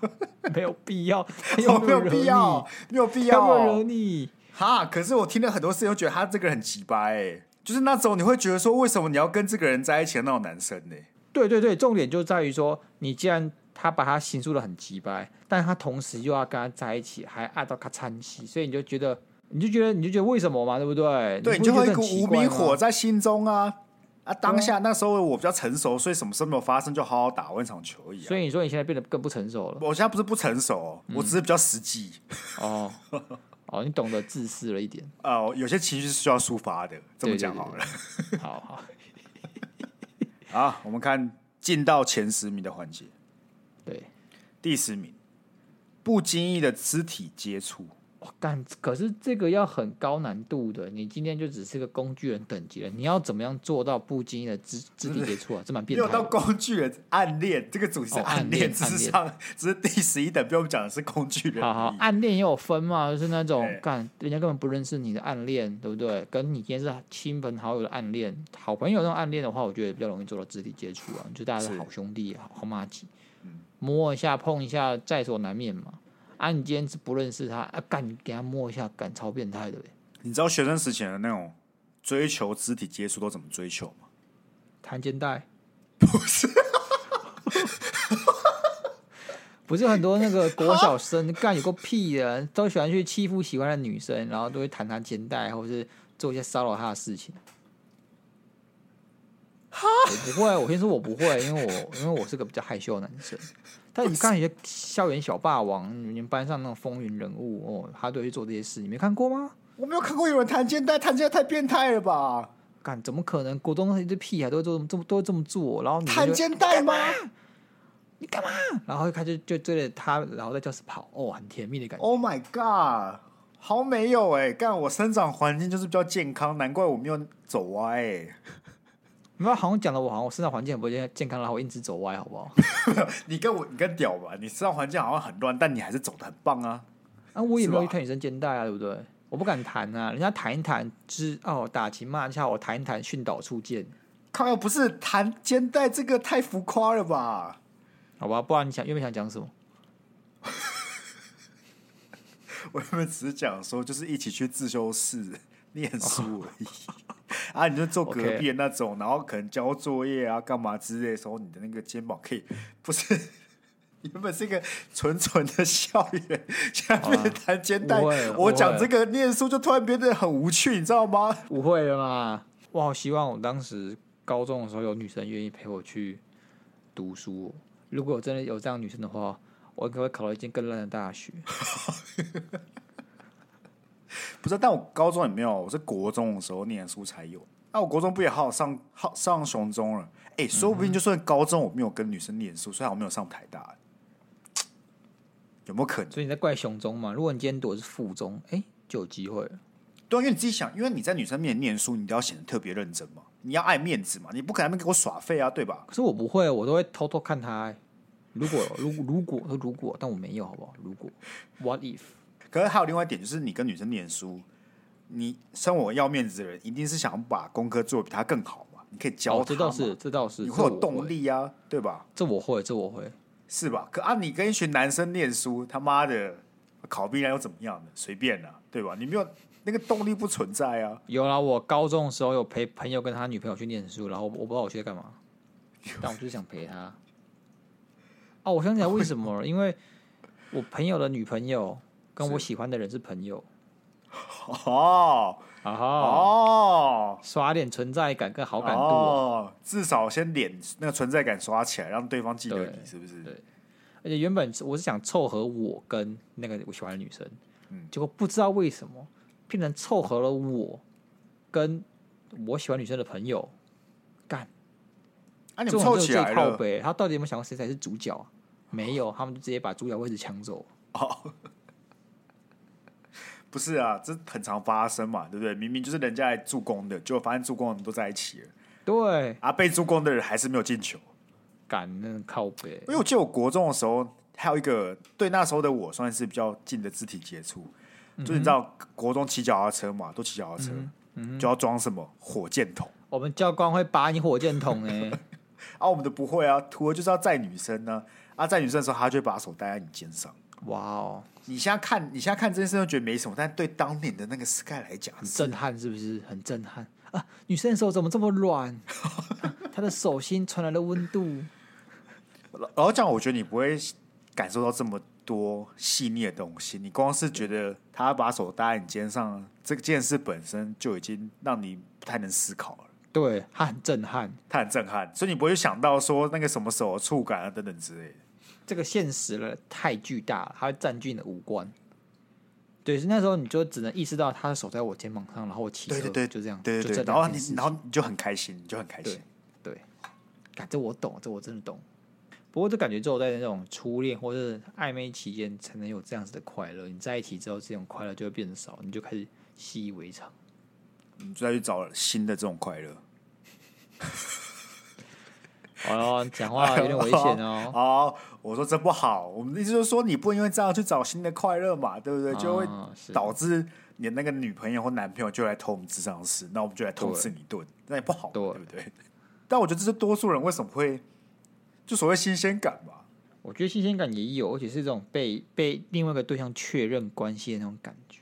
A: 了，
B: 没有必 要，她
A: 我
B: 又
A: 没有必要，没有必
B: 惹你，她又没有
A: 要
B: 惹。你，
A: 哈，可是我听了很多事情，又觉得他这个人很奇葩哎、就是那种你会觉得说，为什么你要跟这个人在一起的那种男生呢、
B: 对对对，重点就在于说，你既然他把他形塑的很鸡掰，但他同时又要跟他在一起，还爱到他参戏，所以你就觉得，你就觉得，你就觉得为什么嘛，对不对？
A: 对，
B: 你
A: 你
B: 不
A: 就会
B: 觉得
A: 一股
B: 很奇
A: 无
B: 怪
A: 名
B: 吗
A: 火。在心中啊啊！当下那时候我比较成熟，所以什么事没有发生，就好好打完一场球一样。
B: 所以你说你现在变得更不成 熟了，
A: 我现在不是不成熟哦，
B: 嗯
A: 我只是比较实际。
B: 哦哦，你懂得自私了一点，
A: 呃，有些情绪是需要抒发的，这么
B: 对对
A: 讲
B: 对
A: 好了。
B: 好好，
A: 好，我们看进到前十名的环节。
B: 对，
A: 第十名，不经意的肢体接触。
B: 哇，干，可是这个要很高难度的，你今天就只是个工具人等级了，你要怎么样做到不经意的肢肢体接触啊？这蛮
A: 没
B: 变
A: 有
B: 态
A: 到
B: 的。
A: 工具人暗恋，这个主题是
B: 哦暗
A: 恋，
B: 恋
A: 只是
B: 暗
A: 上只是第十一等，被我们讲的是工具人而
B: 好
A: 已。
B: 好，暗恋也有分嘛，就是那种
A: 对
B: 干人家根本不认识你的暗恋，对不对？跟你今天是亲朋好友的暗恋，好朋友那种暗恋的话，我觉得比较容易做到肢体接触啊，就大家
A: 是嗯
B: 是好兄弟、好好妈鸡，摸一下、碰一下，在所难免嘛。啊，你今天是不认识他，啊，干你给他摸一下，干超变态的嘞，
A: 你知道学生时期的那种追求肢体接触都怎么追求吗？
B: 弹肩带， 不是，不是很多那个国小生干有个屁的，都喜欢去欺负喜欢的女生，然后都会弹她肩带，或是做一些骚扰她的事情。我不会，我先说我不会，因为我因为我是个比较害羞的男生。但你看有些校园小霸王，你们班上那种风云人物哦，他都会去做这些事，你没看过吗？
A: 我没有看过有人弹肩带，弹肩带太变态了吧？
B: 干怎么可能？国中一堆屁孩都会做这么这么都会这么做，然后你
A: 弹
B: 就
A: 肩带吗？
B: 然后他就就追着他，然后在教室跑，哦，很甜蜜的感觉。
A: Oh my god，好没有哎、干我生长环境就是比较健康，难怪我没有走歪、欸。
B: 没有，好像讲的我好像我生长环境很不健健康，然后我因此走歪，好不好？
A: 你跟我你跟屌吧，你生长环境好像很乱，但你还是走的很棒啊。
B: 啊，我也没有
A: 是
B: 去
A: 吧
B: 推女生肩带啊，对不对？我不敢谈啊，人家谈一谈，之哦打情骂俏，我谈一谈，训导处见，
A: 靠，要不是谈肩带这个太浮夸了吧？
B: 好吧？不然你想原本想讲什么？
A: 我原本只是讲说，就是一起去自修室念
B: 哦
A: 书而已。 啊，你就坐隔壁的那种，然后可能交作业啊、干嘛之类的时候，你的那个肩膀可以不是原本是一个纯纯的校园，现在变成弹肩带
B: 不啊会。不
A: 我
B: 会
A: 讲这个念书就突然变得很无趣，你知道吗？
B: 误会了嘛？我好希望我当时高中的时候有女生愿意陪我去读书哦、如果真的有这样的女生的话，我可能会考到一间更烂的大学。
A: 不是，但我高中也没有，我是国中的时候念书才有。那、我国中不也好好上好上雄中了？哎、说不定就算高中我没有跟女生念书，虽然我没有上台大，有没有可能？
B: 所以你在怪雄中嘛？如果你今天读的是附中，哎、就有机会了。
A: 对啊，因为你自己想，因为你在女生面前念书，你都要显得特别认真嘛，你要爱面子嘛，你不可能在那边给我耍废啊，对吧？
B: 可是我不会，我都会偷偷看他、欸。如果如如果如果，但我没有，好不好？如果 What if？
A: 可是还有另外一点，就是你跟女生念书，你身为要面子的人，一定是想把功课做得比她更好嘛，你可以教她、
B: 哦，这倒是，，这倒是，
A: 你
B: 这
A: 会有
B: 我
A: 动力啊，对吧？
B: 这我会，这我会。
A: 是吧？可啊，你跟一群男生念书，他妈的考必然又怎么样呢？随便啦、对吧？你没有那个动力不存在啊，
B: 有啦，我高中的时候有陪朋友跟他女朋友去念书，然后我我不知道我去干嘛，但我就是想陪他。哦，我想起来为什 么了，因为我朋友的女朋友跟我喜欢的人是朋友，
A: 哦
B: 啊
A: 哦。
B: 哈，刷点存在感哦跟好感度哦、
A: 哦，至少先脸那个存在感刷起来，让对方记得
B: 对
A: 你，是不是？
B: 对而且原本我是想凑合我跟那个我喜欢的女生，
A: 嗯
B: 结果不知道为什么变成凑合了我跟我喜欢女生的朋友，干。
A: 啊，你
B: 这
A: 们
B: 种
A: 凑
B: 就是
A: 起
B: 最
A: 来
B: 靠
A: 了，
B: 北，他到底有没有想过谁才是主角啊、没有，他们就直接把主角位置抢走。
A: 不是啊？这很常发生嘛，对不对？明明就是人家来助攻的，结果发现助攻的人都在一起了，
B: 对，
A: 啊，被助攻的人还是没有进球。
B: 感那靠北
A: 因为我记得我国中的时候，还有一个对那时候的我算是比较近的肢体接触，就你知道国中骑脚踏车嘛，都骑脚踏车，就要装什么火箭筒
B: 我们教官会拔你火箭筒哎、
A: 啊，我们的不会啊，图的就是要载女生呢、啊，载女生的时候，他就会把手搭在你肩上。
B: 哇哦，
A: 你现在看，你现在看这件事都觉得没什么，但对当年的那个 Sky 来讲，
B: 很
A: 是
B: 震撼是不是？很震撼啊！女生的手怎么这么 软？她的手心传来了温度。
A: 然后这样，我觉得你不会感受到这么多细腻的东西。你光是觉得他把手搭在你肩上这件事本身，就已经让你不太能思考了。
B: 对，她很震撼。
A: 他很震撼，所以你不会去想到说那个什么手的触感啊等等之类的。
B: 这个现实了太巨大了，它会占据你的五官。对，是那时候你就只能意识到她的手在我肩膀上，然后我骑车，就这样，
A: 对
B: 就
A: 对
B: 这
A: 对。然
B: 两
A: 后
B: 件事
A: 你，然后你就很开心，你就很开心
B: 对。对，感这我懂，这我真的懂。不过这感觉只有在那种初恋或是暧昧期间才能有这样子的快乐。你在一起之后，这种快乐就会变少，你就开始习以为常。
A: 你就再去找新的这种快乐。哎
B: 哦，讲话有点危险哦。
A: 好，我说这不好。我们的意思就是说，你不能因为这样去找新的快乐嘛，对不对？哎就会
B: 啊是
A: 导致你那个女朋友或男朋友就来偷我们智商师，那我们就来痛斥你一顿，那也不好嘛，
B: 对
A: 对不对？但我觉得这是多数人为什么会就所谓新鲜感嘛。
B: 我觉得新鲜感也有，而且是这种被被另外一个对象确认关系的那种感觉，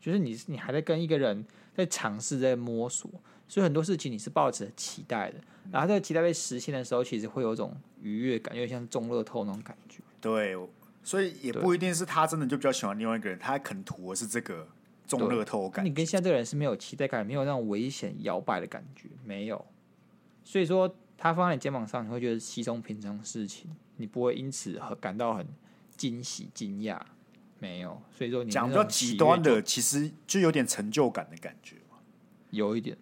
B: 就是你你还在跟一个人在尝试在摸索，所以很多事情你是抱着期待的，
A: 嗯
B: 然后这个期待被实现的时候，其实会有一种愉悦感，有点像中乐透那种感觉。
A: 对，所以也不一定是他真的就比较喜欢另外一个人，他可能图的是这个中乐透的感
B: 你
A: 觉。
B: 跟现在这个人是没有期待感，没有那种危险摇摆的感觉，没有。所以说，他放在你肩膀上，你会觉得稀松平常的事情，你不会因此很感到很惊喜、惊讶，没有。所以说你那
A: 讲
B: 种
A: 比较
B: 喜
A: 极
B: 悦
A: 端
B: 就
A: 的，其实就有点成就感的感觉嘛，
B: 有一点，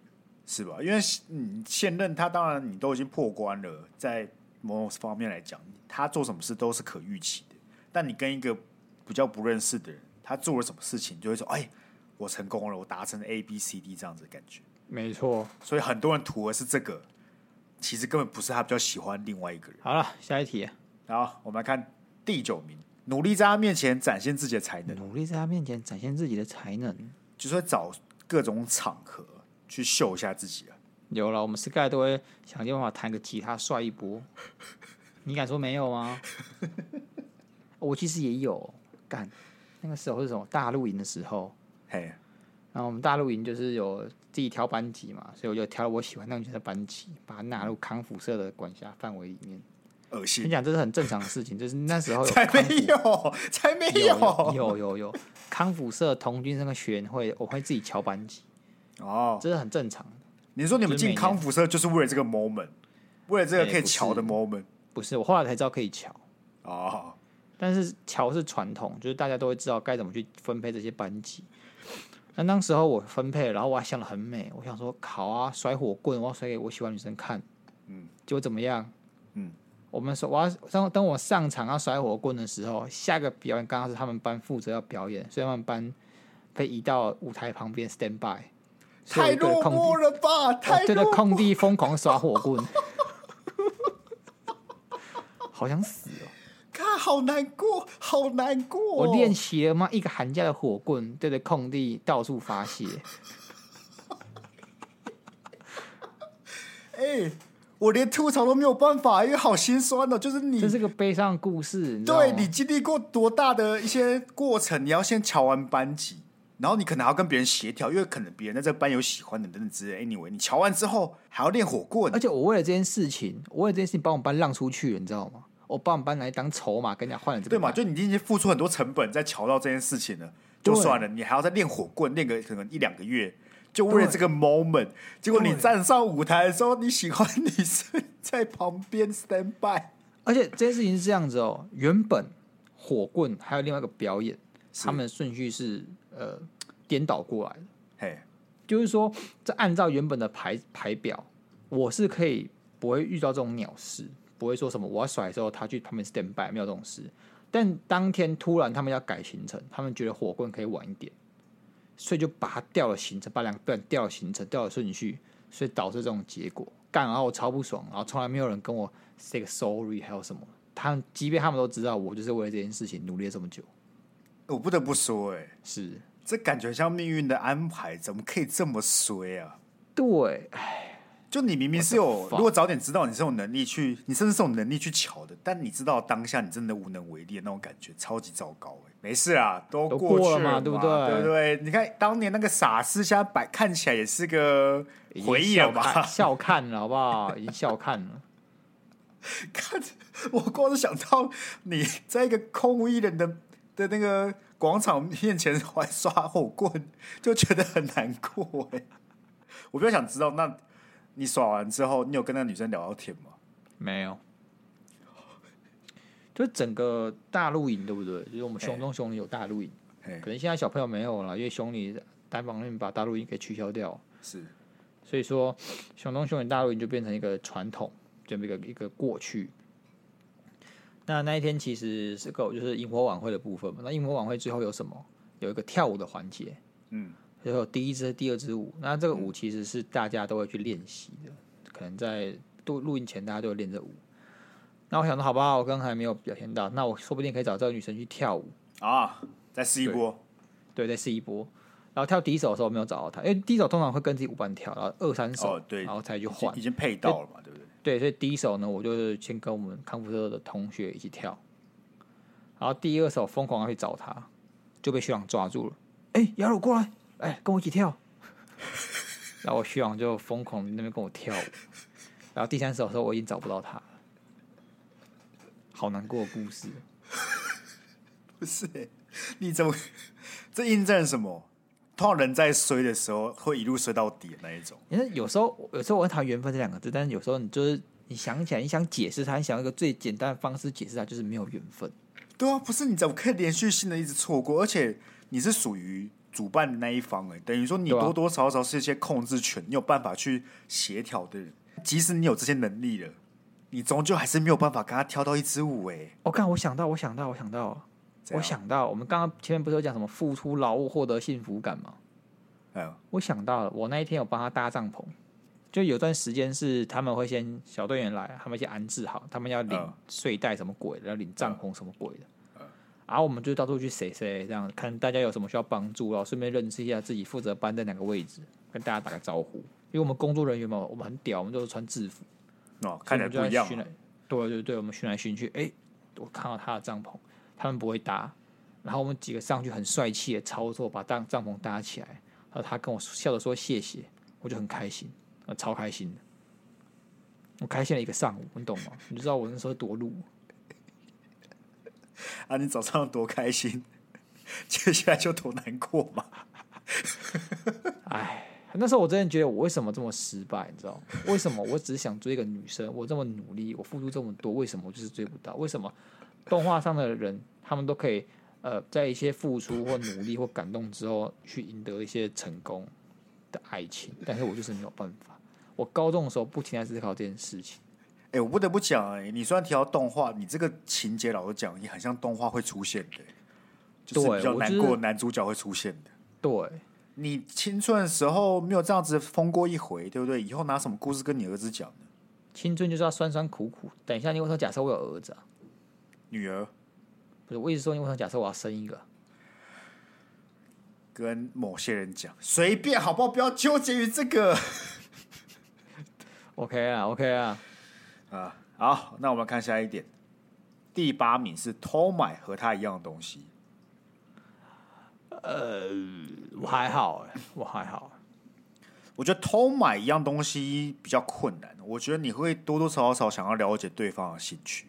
A: 是吧？因为你现任他当然你都已经破关了，在某种方面来讲，他做什么事都是可预期的。但你跟一个比较不认识的人，他做了什么事情，你就会说：“哎，我成功了，我达成了 A B C D 这样子的感觉。
B: 没错。”
A: 所以很多人图的是这个，其实根本不是他比较喜欢另外一个人。
B: 好了，下一题，
A: 好，我们来看第九名，努力在他面前展现自己的才能。
B: 努力在他面前展现自己的才能。
A: 就是会找各种场合去秀一下自己啊。
B: 有了，我们 Sky 都会想尽办法弹个吉他帅一波。 你敢说没有吗？ 我其实也有干，那个时候是什么大露营的时候，
A: 嘿，
B: 然后我们大露营就是有自己挑班级嘛，所以我就挑了我喜欢荡秋千的班级，把它纳入康复社的管辖范围里面。
A: 恶
B: 跟你
A: 心，
B: 讲，这是很正常的事情，就是那时候有
A: 才
B: 康
A: 没
B: 复
A: 有，才 没
B: 有有有有康复社童军那个学员会，我会自己调班级，
A: 哦，
B: 这是很正常的。
A: 你说你们
B: 就是
A: 进
B: 每年
A: 康复社就是为了这个 moment，为了这个可以瞧的
B: 哎
A: moment
B: 不是，我后来才知道可以调，
A: 哦，
B: 但是调是传统，就是大家都会知道该怎么去分配这些班级。那当时候我分配，然后我还想的很美，我想说好啊，甩火棍，我要甩给我喜欢的女生看，嗯，结果怎么样？
A: 嗯，
B: 我们说我要当等我上场要甩火棍的时候，下个表演刚好是他们班负责要表演，所以他们班被移到舞台旁边 stand by，所
A: 太
B: 以有一个
A: 落
B: 空地
A: 寞了吧，
B: 我
A: 太
B: 哦对着
A: 落
B: 空地疯狂耍火棍， 好想死哦！
A: 看好难过，好难过哦，
B: 我练习了吗？一个寒假的火棍，对着空地到处发泄。
A: 哎、我连吐槽都没有办法，因为好心酸哦。就是你，
B: 这是个悲伤的故事，你知道
A: 对
B: 吗
A: 你经历过多大的一些过程，你要先瞧完班级，然后你可能还要跟别人协调，因为可能别人在这个班有喜欢的等等之类。Anyway，你瞧完之后还要练火棍
B: 而，且我为了这件事情，我为了这件事情把我们班让出去了，你知道吗？我把我们班来当筹码，跟人家换了这个
A: 对嘛？
B: 班
A: 就你已经付出很多成本在瞧到这件事情了，就
B: 对
A: 算了，你还要再练火棍，练个可能一两个月。就为了
B: 对
A: 这个 moment，结果你
B: 对
A: 站上舞台的时候，你喜欢女生在旁边 stand by，
B: 而且这件事情是这样子哦，原本火棍还有另外一个表演，
A: 是
B: 他们的顺序是呃颠倒过来的。
A: 嘿，
B: 就是说，这按照原本的排排表，我是可以不会遇到这种鸟事，不会说什么我要甩的时候他去旁边 stand by，没有这种事。但当天突然他们要改行程，他们觉得火棍可以晚一点，所以就把它调了行程，把两个段调了行程，调了顺序，所以导致这种结果。干，然后我超不爽，然后从来没有人跟我 say 个 sorry，还有什么？他们即便他们都知道我就是为了这件事情努力了这么久，
A: 我不得不说、哎，
B: 是
A: 这感觉像命运的安排，怎么可以这么衰啊？
B: 对，
A: 就你明明是有，
B: fuck？
A: 如果早点知道你是有能力去，你甚至是有能力去瞧的，但你知道当下你真的无能为力的那种感觉，超级糟糕、欸。没事啊，都
B: 都
A: 过去
B: 过了嘛
A: 嘛，
B: 对
A: 不
B: 不
A: 对？
B: 对
A: 不对？你看当年那个傻事，现在摆看起来也是个
B: 已经
A: 回忆了
B: 笑看
A: 吧？
B: 笑看了好不好？已经笑看了。
A: 看，我光是想到你在一个空无一人的的那个广场面前还刷火棍，就觉得很难过、欸。我比较想知道，那你耍完之后，你有跟那个女生聊聊天吗？
B: 没有， 就是整个大露营，对不对？就是我们熊中熊里有大露营，
A: 嘿，
B: 可能现在小朋友没有了，因为熊里单方面把大露营给取消掉，
A: 是。
B: 所以说熊中熊里大露营就变成一个传统，这么一个一个过去。那那一天其实是个就是萤火晚会的部分嘛。那萤火晚会之后有什么？有一个跳舞的环节，
A: 嗯，
B: 然后第一支、第二支舞，那这个舞其实是大家都会去练习的，可能在录录音前大家都会练这舞。那我想说，好吧，我刚才没有表现到，那我说不定可以找这个女生去跳舞，
A: 啊，再试一波。
B: 对，再试一波。然后跳第一首的时候没有找到她，因为第一首通常会跟自己舞伴跳，然后二三首，
A: 哦对
B: 然后才去
A: 已经
B: 换
A: 已。经配到了嘛，对不对？
B: 对，所以第一首呢，我就是先跟我们康复社的同学一起跳，然后第二首疯狂要去找她，就被学长抓住了。哎、雅鲁过来，哎、跟我一起跳。 然后我学长就疯狂地那边跟我跳舞。然后第三首的时候，我已经找不到她了，好难过的故事。
A: 不是，你怎么 这印证了什么？通常人在衰的时候会一路衰到底的那一种。
B: 因为有时候，有时候我很讨厌“缘分”这两个字，但是有时候你就是你想起来，你想解释它，你想用一个最简单的方式解释它，就是没有缘分。
A: 对啊，不是你怎么可以连续性的一直错过？而且你是属于主办的那一方哎、等于说你
B: 对啊
A: 多多少少是一些控制权，你有办法去协调的人。即使你有这些能力了，你终究还是没有办法跟他跳到一支舞哎、
B: 我、哦看，我想到，我想到，我想到了，
A: 怎
B: 我
A: 样，
B: 想到，我们刚刚前面不是有讲什么付出劳务获得幸福感吗？
A: 嗯，
B: 我想到了，我那一天有帮他搭帐篷，就有段时间是他们会先小啊队员来，他们先安置好，他们要领
A: 嗯
B: 睡袋什么鬼的，要领帐篷什么鬼的。啊，我们就到处去谁谁这样，看大家有什么需要帮助，然后顺便认识一下自己负责班在哪个位置，跟大家打个招呼。因为我们工作人员嘛，我们很屌，我们都是穿制服，
A: 哦，看起来
B: 所以
A: 不
B: 我们
A: 一
B: 就在
A: 样
B: 寻
A: 嘛
B: 来。对对对，我们寻来寻去，哎、我看到他的帐篷，他们不会搭，然后我们几个上去很帅气的操作，把帐帐篷搭起来，然后他跟我笑着说谢谢，我就很开心，呃，超开心的，我开心了一个上午，你懂吗？你就知道我那时候多路，
A: 啊，你早上多开心，接下来就多难过嘛。
B: 哎，那时候我真的觉得我为什么这么失败，你知道吗？为什么我只想追一个女生，我这么努力，我付出这么多，为什么我就是追不到？为什么动画上的人他们都可以呃，在一些付出或努力或感动之后去赢得一些成功的爱情，但是我就是没有办法。我高中的时候不停在思考这件事情，
A: 哎、我不得不讲、哎，你虽然提到动画，你这个情节老实讲，也很像动画会出现的、就是
B: 对
A: 比较
B: 我
A: 难
B: 就是
A: 过的男主角会出现的。
B: 对。
A: 你青春的时候没有这样子疯过一回，对不对？以后拿什么故事跟你儿子讲呢？
B: 青春就是要酸酸苦苦。等一下，你为什么假设我有儿子啊？
A: 女儿
B: 不是，我一直说你为什么假设我要生一个？
A: 跟某些人讲，随便好不好？不要纠结于这个
B: OK 啊，OK 啊，
A: 啊。好，那我们看下一点，第八名是偷买和他一样的东西。
B: 我还好、欸，我还好。
A: 我觉得偷买一样东西比较困难。我觉得你会多多少少想要了解对方的兴趣，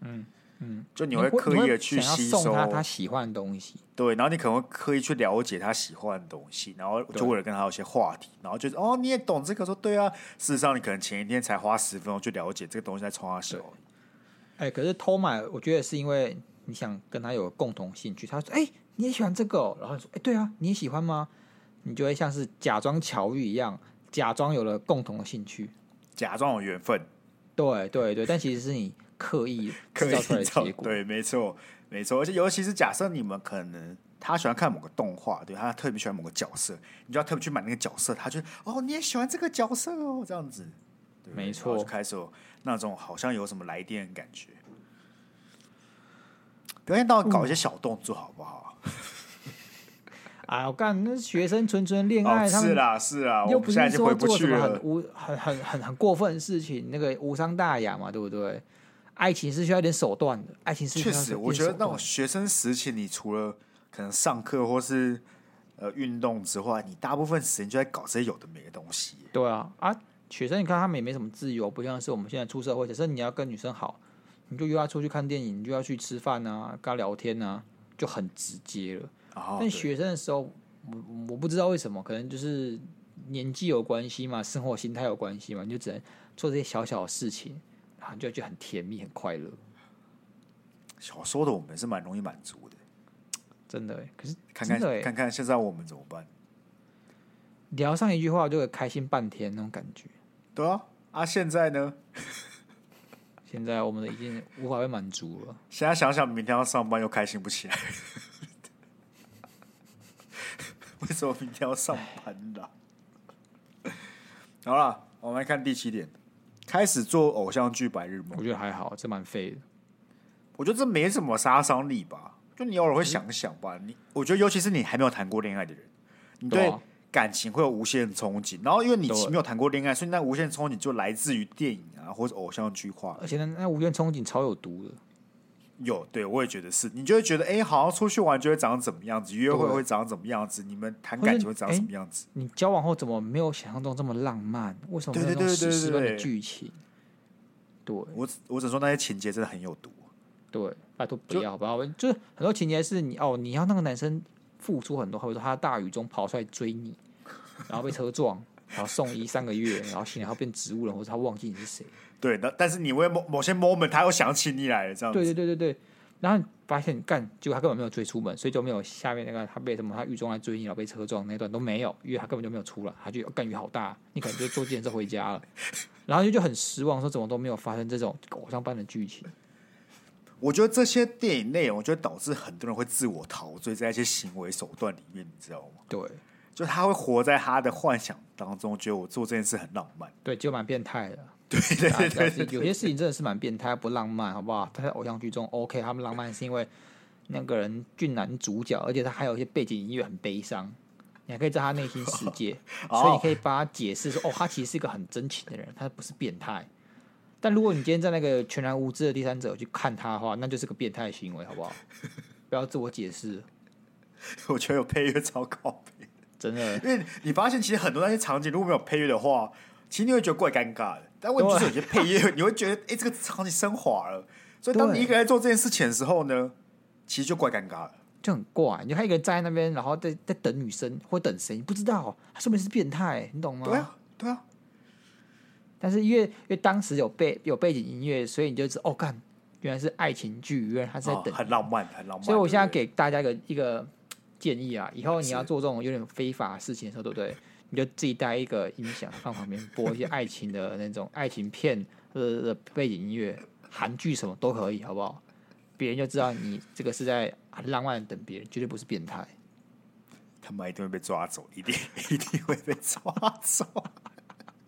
A: 嗯嗯，就你会刻意的去
B: 你会
A: 吸
B: 想要
A: 收
B: 送他他喜欢的东西，
A: 对，然后你可能会刻意去了解他喜欢的东西，然后就为了跟他有些话题，然后就是哦，你也懂这个，说对啊。事实上，你可能前一天才花十分钟去了解这个东西在冲他笑。
B: 哎、可是偷买，我觉得是因为你想跟他有共同兴趣。他说：“哎、你也喜欢这个、哦？”然后你说：“哎、对啊，你也喜欢吗？”你就会像是假装巧遇一样，假装有了共同的兴趣。
A: 假装有缘分，
B: 对对对，但其实是你刻意
A: 刻
B: 制
A: 意
B: 造出来的
A: 造
B: 结果。
A: 对，没错，没错。而且尤其是假设你们可能他喜欢看某个动画，对他特别喜欢某个角色，你就要特别去买那个角色，他就哦，你也喜欢这个角色哦，这样子，对不对
B: 没错
A: 然后就开始有那种好像有什么来电的感觉。表现到
B: 嗯
A: 搞一些小动作好不好？
B: 哎，我干，那学生纯纯恋爱，
A: 哦，
B: 他
A: 是
B: 们
A: 啦是啦，
B: 又
A: 我们
B: 不
A: 现在
B: 是
A: 就回
B: 说
A: 不
B: 做什
A: 去
B: 么
A: 了
B: 很。无、很很很很过分的事情，那个无伤大雅嘛，对不对？爱情是需要一点手段的，爱情是需
A: 确
B: 要一
A: 实，
B: 点
A: 我觉得
B: 手
A: 那
B: 段
A: 种学生时期，你除了可能上课或是呃运动之外，你大部分时间就在搞这些有的没的东西。
B: 对啊，啊，学生你看他们也没什么自由，不像是我们现在出社会，假设你要跟女生好，你就约她出去看电影，你就要去吃饭啊，跟她聊天啊，就很直接了。
A: 哦，
B: 但
A: 对
B: 学生的时候，我我不知道为什么，可能就是年纪有关系嘛，生活心态有关系嘛，你就只能做这些小小的事情，然后你就就很甜蜜，很快乐，
A: 小时候的我们是蛮容易满足的，
B: 真的欸。可是
A: 看
B: 真的
A: 看
B: 欸
A: 看看现在我们怎么办？
B: 聊上一句话就会开心半天那种感觉。
A: 对啊，啊，现在呢？
B: 现在我们已经无法被满足了。
A: 现在想想，明天要上班又开心不起来。 为什么明天要上班啦？好了，我们来看第七点，开始做偶像剧《白日梦》
B: 我。觉得还好，这蛮废的。
A: 我觉得这没什么杀伤力吧，就你偶
B: 嗯
A: 尔会想想吧。你我觉得，尤其是你还没有谈过恋爱的人，你
B: 对
A: 对
B: 啊
A: 感情会有无限憧憬。然后，因为你
B: 对
A: 没有谈过恋爱，所以那无限憧憬就来自于电影啊，或者偶像剧化。
B: 而且那那无限憧憬超有毒的。
A: 有，对我也觉得是，你就会觉得，哎、好像出去玩就会长怎么样子，约会
B: 对
A: 会长怎么样子，你们谈
B: 或者
A: 感情会长
B: 诶
A: 什么样子。
B: 你交往后怎么没有想象中这么浪漫？为什么没有
A: 对
B: 那
A: 对
B: 种
A: 对对
B: 史诗般的
A: 对
B: 剧情？对
A: 我只我只能说那些情节真的很有毒。
B: 对，拜托不要好不好？就是很多情节是你哦，你要那个男生付出很多，或者说他在大雨中跑出来追你，然后被车撞，然后送医三个月，然后醒来后变植物人，或者他忘记你是谁。
A: 对，那但是你会某某些 moment，他又想起你来了，这样子。
B: 对对对对对，然后你发现干，结果他根本没有追出门，所以就没有下面那个他被什么他狱中来追你，然后被车撞那段都没有，因为他根本就没有出来，他就干雨好大，你感觉坐自行车回家了，然后就就很失望，说怎么都没有发生这种偶像般的剧情。
A: 我觉得这些电影内容就会导致很多人会自我陶醉在一些行为手段里面，你知道吗？
B: 对
A: 就他会活在他的幻想当中，觉得我做这件事很浪 漫。
B: 对，就蛮变态的。对对对有些事情真的是蛮变态，不浪漫，好不好？但在偶像剧中，OK，他们浪漫是因为那个人俊男主角，而且他还有一些背景音乐很悲伤，你还可以知道他内心世界，
A: 哦
B: 所以你可以帮他解释说，哦，他其实是一个很真情的人，他不是变态。但如果你今天在那个全然无知的第三者去看他的话，那就是个变态行为，好 不好？不要自我解释，
A: 我觉得有配乐超靠背，
B: 真的。
A: 因为你发现其实很多那些场景如果没有配乐的话，其实你会觉得哎怪尴尬的。但问题是有些配乐，你会觉得哎、诶这个场景升华了。所以当你
B: 对
A: 一个人在做这件事情的时候呢，其实就怪尴尬了。
B: 就很怪，你看一个人站在那边，然后在在等女生或等谁，你不知道，他说明是变态，你懂吗？
A: 对啊，对啊，
B: 但是因为因为当时有背有背景音乐，所以你就知哦，干，原来是爱情剧，原来他是在
A: 哦
B: 等。
A: 很浪漫，很浪漫。
B: 所以我现在
A: 对
B: 给大家一个一个建议啊，以后你要
A: 是
B: 做这种有点非法的事情的时候，对不对？你就自己带一个音响放旁边播一些爱情的那种 爱情片呃背景音乐，韩剧什么都可以，好不好？别人就知道你这个是在浪漫地等别人，绝对不是变态。
A: 不对他妈一定会被抓走，一定 一定会被抓走。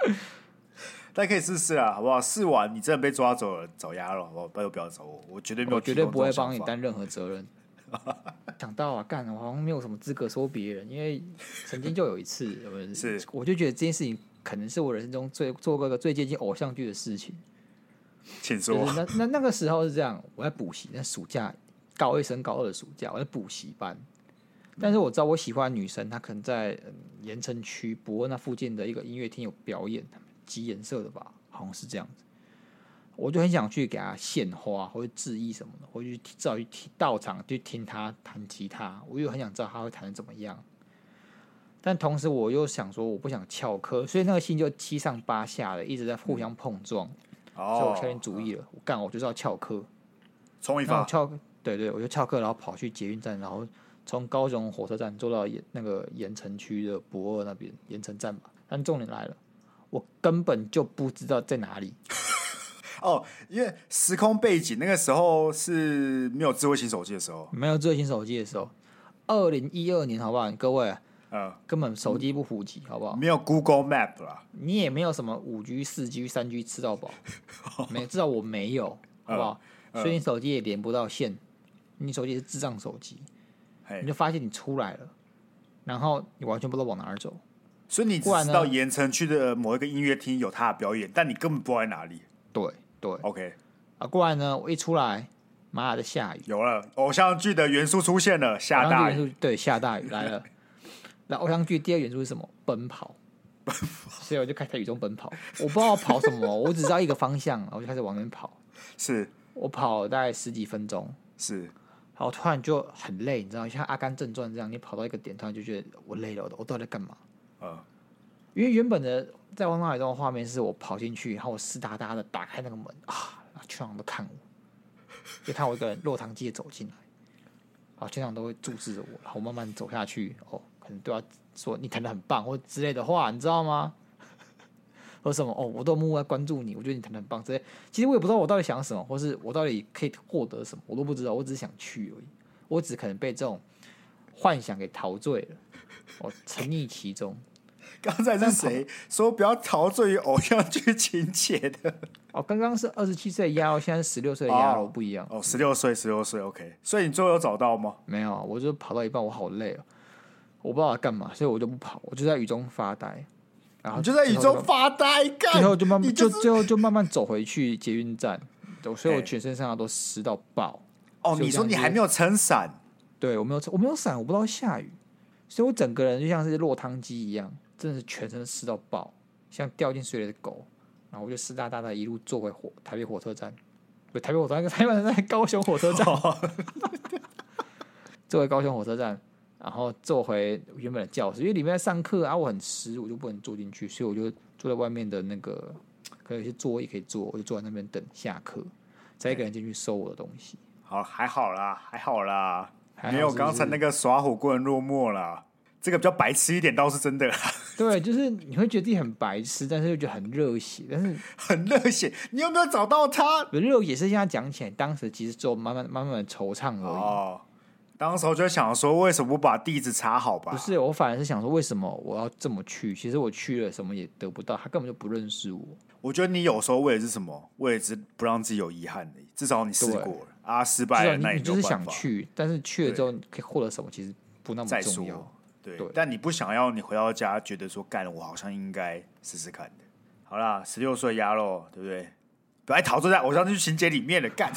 A: 但可以试试啊，好不好？试完你真的被抓走了，找鸭了，好不好？拜托不要找我，我绝对没有
B: 我
A: 提供
B: 绝对
A: 这
B: 不
A: 种
B: 会
A: 想法，
B: 帮你担任何 责任。想到啊，干，我好像没有什么资格说别人，因为曾经就有一次，我
A: 是
B: 我就觉得这件事情可能是我人生中最做过一个最接近偶像剧的事情。
A: 请说。
B: 就是那那那个时候是这样，我在补习，那暑假高一升高二的暑假，我在补习班。但是我知道我喜欢的女生，她可能在、嗯、盐城区博那附近的一个音乐厅有表演，集颜色的吧，好像是这样子。我就很想去给她献花，或者致意什么的，或者去至少去听到场去听她弹吉他，我又很想知道她会弹的怎么样。但同时我又想说，我不想翘课，所以那个心就七上八下的，一直在互相碰撞。所以我
A: 哦
B: 下，定主意了，我干，我就是要翘课。
A: 冲一
B: 那我
A: 发，
B: 翘，对对，我就翘课，然后跑去捷运站，然后从高雄火车站坐到盐那个盐城区的博二那边盐城站吧。但重点来了，我根本就不知道在哪里。
A: 哦，因为时空背景那个时候是没有智慧型手机的时候，
B: 没有智慧型手机的时候，二零一二年，好不好？各位
A: 呃，
B: 根本手机不普及，好不好？
A: 没有 Google Map 啦，
B: 你也没有什么五 G、四 G、三 G 吃 到饱，没至少我没有，
A: 嗯
B: 好不好？所以你手机也连不到线，你手机是智障手机。
A: 嘿
B: 你就，发现你出来了，然后你完全不知道往哪儿走。
A: 所以你只
B: 不然
A: 知
B: 呢
A: 道盐城区的某一个音乐厅有他的表演，但你根本不知道在哪里。
B: 对对
A: OK，
B: 啊，过来呢，我一出来，妈的下雨，
A: 有了偶像剧的元素出现了，下
B: 偶像
A: 大
B: 剧
A: 雨
B: 元素对下大雨来了。 那偶像剧第二元素是什么？奔跑。所以我就开始在雨中奔跑，我不知道跑什么，我只知道一个方向，然后我就开始往那边跑。
A: 是
B: 我跑了大概十几分钟，
A: 是
B: 然后突然就很累，你知道，像《阿甘正传》这样，你跑到一个点，突然就觉得我累了，我我到底在干嘛？
A: 呃
B: 因为原本的在汪大海中的画面是我跑进去，然后我湿哒哒的打开那个门啊，然后全场都看我，就看我一个人落汤鸡的走进来，啊，全场都会注视着我，然后我慢慢走下去，哦，可能对他说你弹的很棒或之类的话，你知道吗？或者什么哦，我都默默在关注你，我觉得你弹的很棒之类。其实我也不知道我到底想什么，或是我到底可以获得什么，我都不知道，我只是想去而已，我只可能被这种幻想给陶醉了，我沉溺其中。
A: 刚才是 谁说不要陶醉于偶像剧情节的？
B: 哦，刚刚是二十七岁的鸭肉，现在是十六岁的鸭肉，
A: 哦
B: 不一样。
A: 哦，十六岁，十六岁，OK。所以你最后有找到吗？
B: 没有，啊我就跑到一半，我好累哦，我不知道干嘛，所以我就不跑，我就在雨中发呆。然后
A: 你就在雨
B: 最后
A: 中发呆，干，
B: 最后就慢
A: 你
B: 慢
A: 就哎
B: 就是最后就慢慢走回去捷运站，走所以我
A: 嘿
B: 全身上下都湿到爆。
A: 哦，
B: 就
A: 你
B: 这
A: 说
B: 样
A: 你
B: 子
A: 还没有撑伞，
B: 对我没有我没有伞，我不知道下雨，所以我整个人就像是落汤鸡一样，真的是全身湿到爆，像掉进水里的狗。然后我就湿哒哒的一路坐回火台北火车站，不台北火车站，台北火车站高雄火 车站，坐回高雄火车站，然后坐回原本的教室，因为里面在上课啊，我很湿，我就不能坐进去，所以我就坐在外面的那个，可能有些座位可以坐，我就坐在那边等下课，再一个人进去收我的东西。
A: 好，还好啦，还好啦，
B: 还好
A: 没有
B: 是不
A: 刚才
B: 是
A: 那个耍火棍落寞啦。这个比较白痴一点倒是真的啦，
B: 对，就是你会觉得自己很白痴，但是又觉得很热血。但是
A: 很热血。你有没有找到他？
B: 热血是现在讲起来，当时其实只有慢慢慢慢的惆怅而已。
A: 哦，当时我就想说，为什么不把地址查好吧？
B: 不，是，我反而是想说，为什么我要这么去？其实我去了，什么也得不到，他根本就不认识我。
A: 我觉得你有时候为的是什么？为的是不让自己有遗憾的，至少你试
B: 对
A: 过了。啊，失
B: 至
A: 败
B: 少
A: 了，
B: 你
A: 那
B: 你
A: 也
B: 就
A: 没
B: 是
A: 有
B: 想
A: 办法。
B: 去，但是去了之后你可以获得什么，其实不那
A: 再
B: 么重
A: 说
B: 要。，
A: 对，
B: 对
A: 但你不想要，你回到家觉得说，干，我好像应该试试看的。好啦，十六岁鸭肉，对不对？本来陶醉在偶像剧情节里面的干。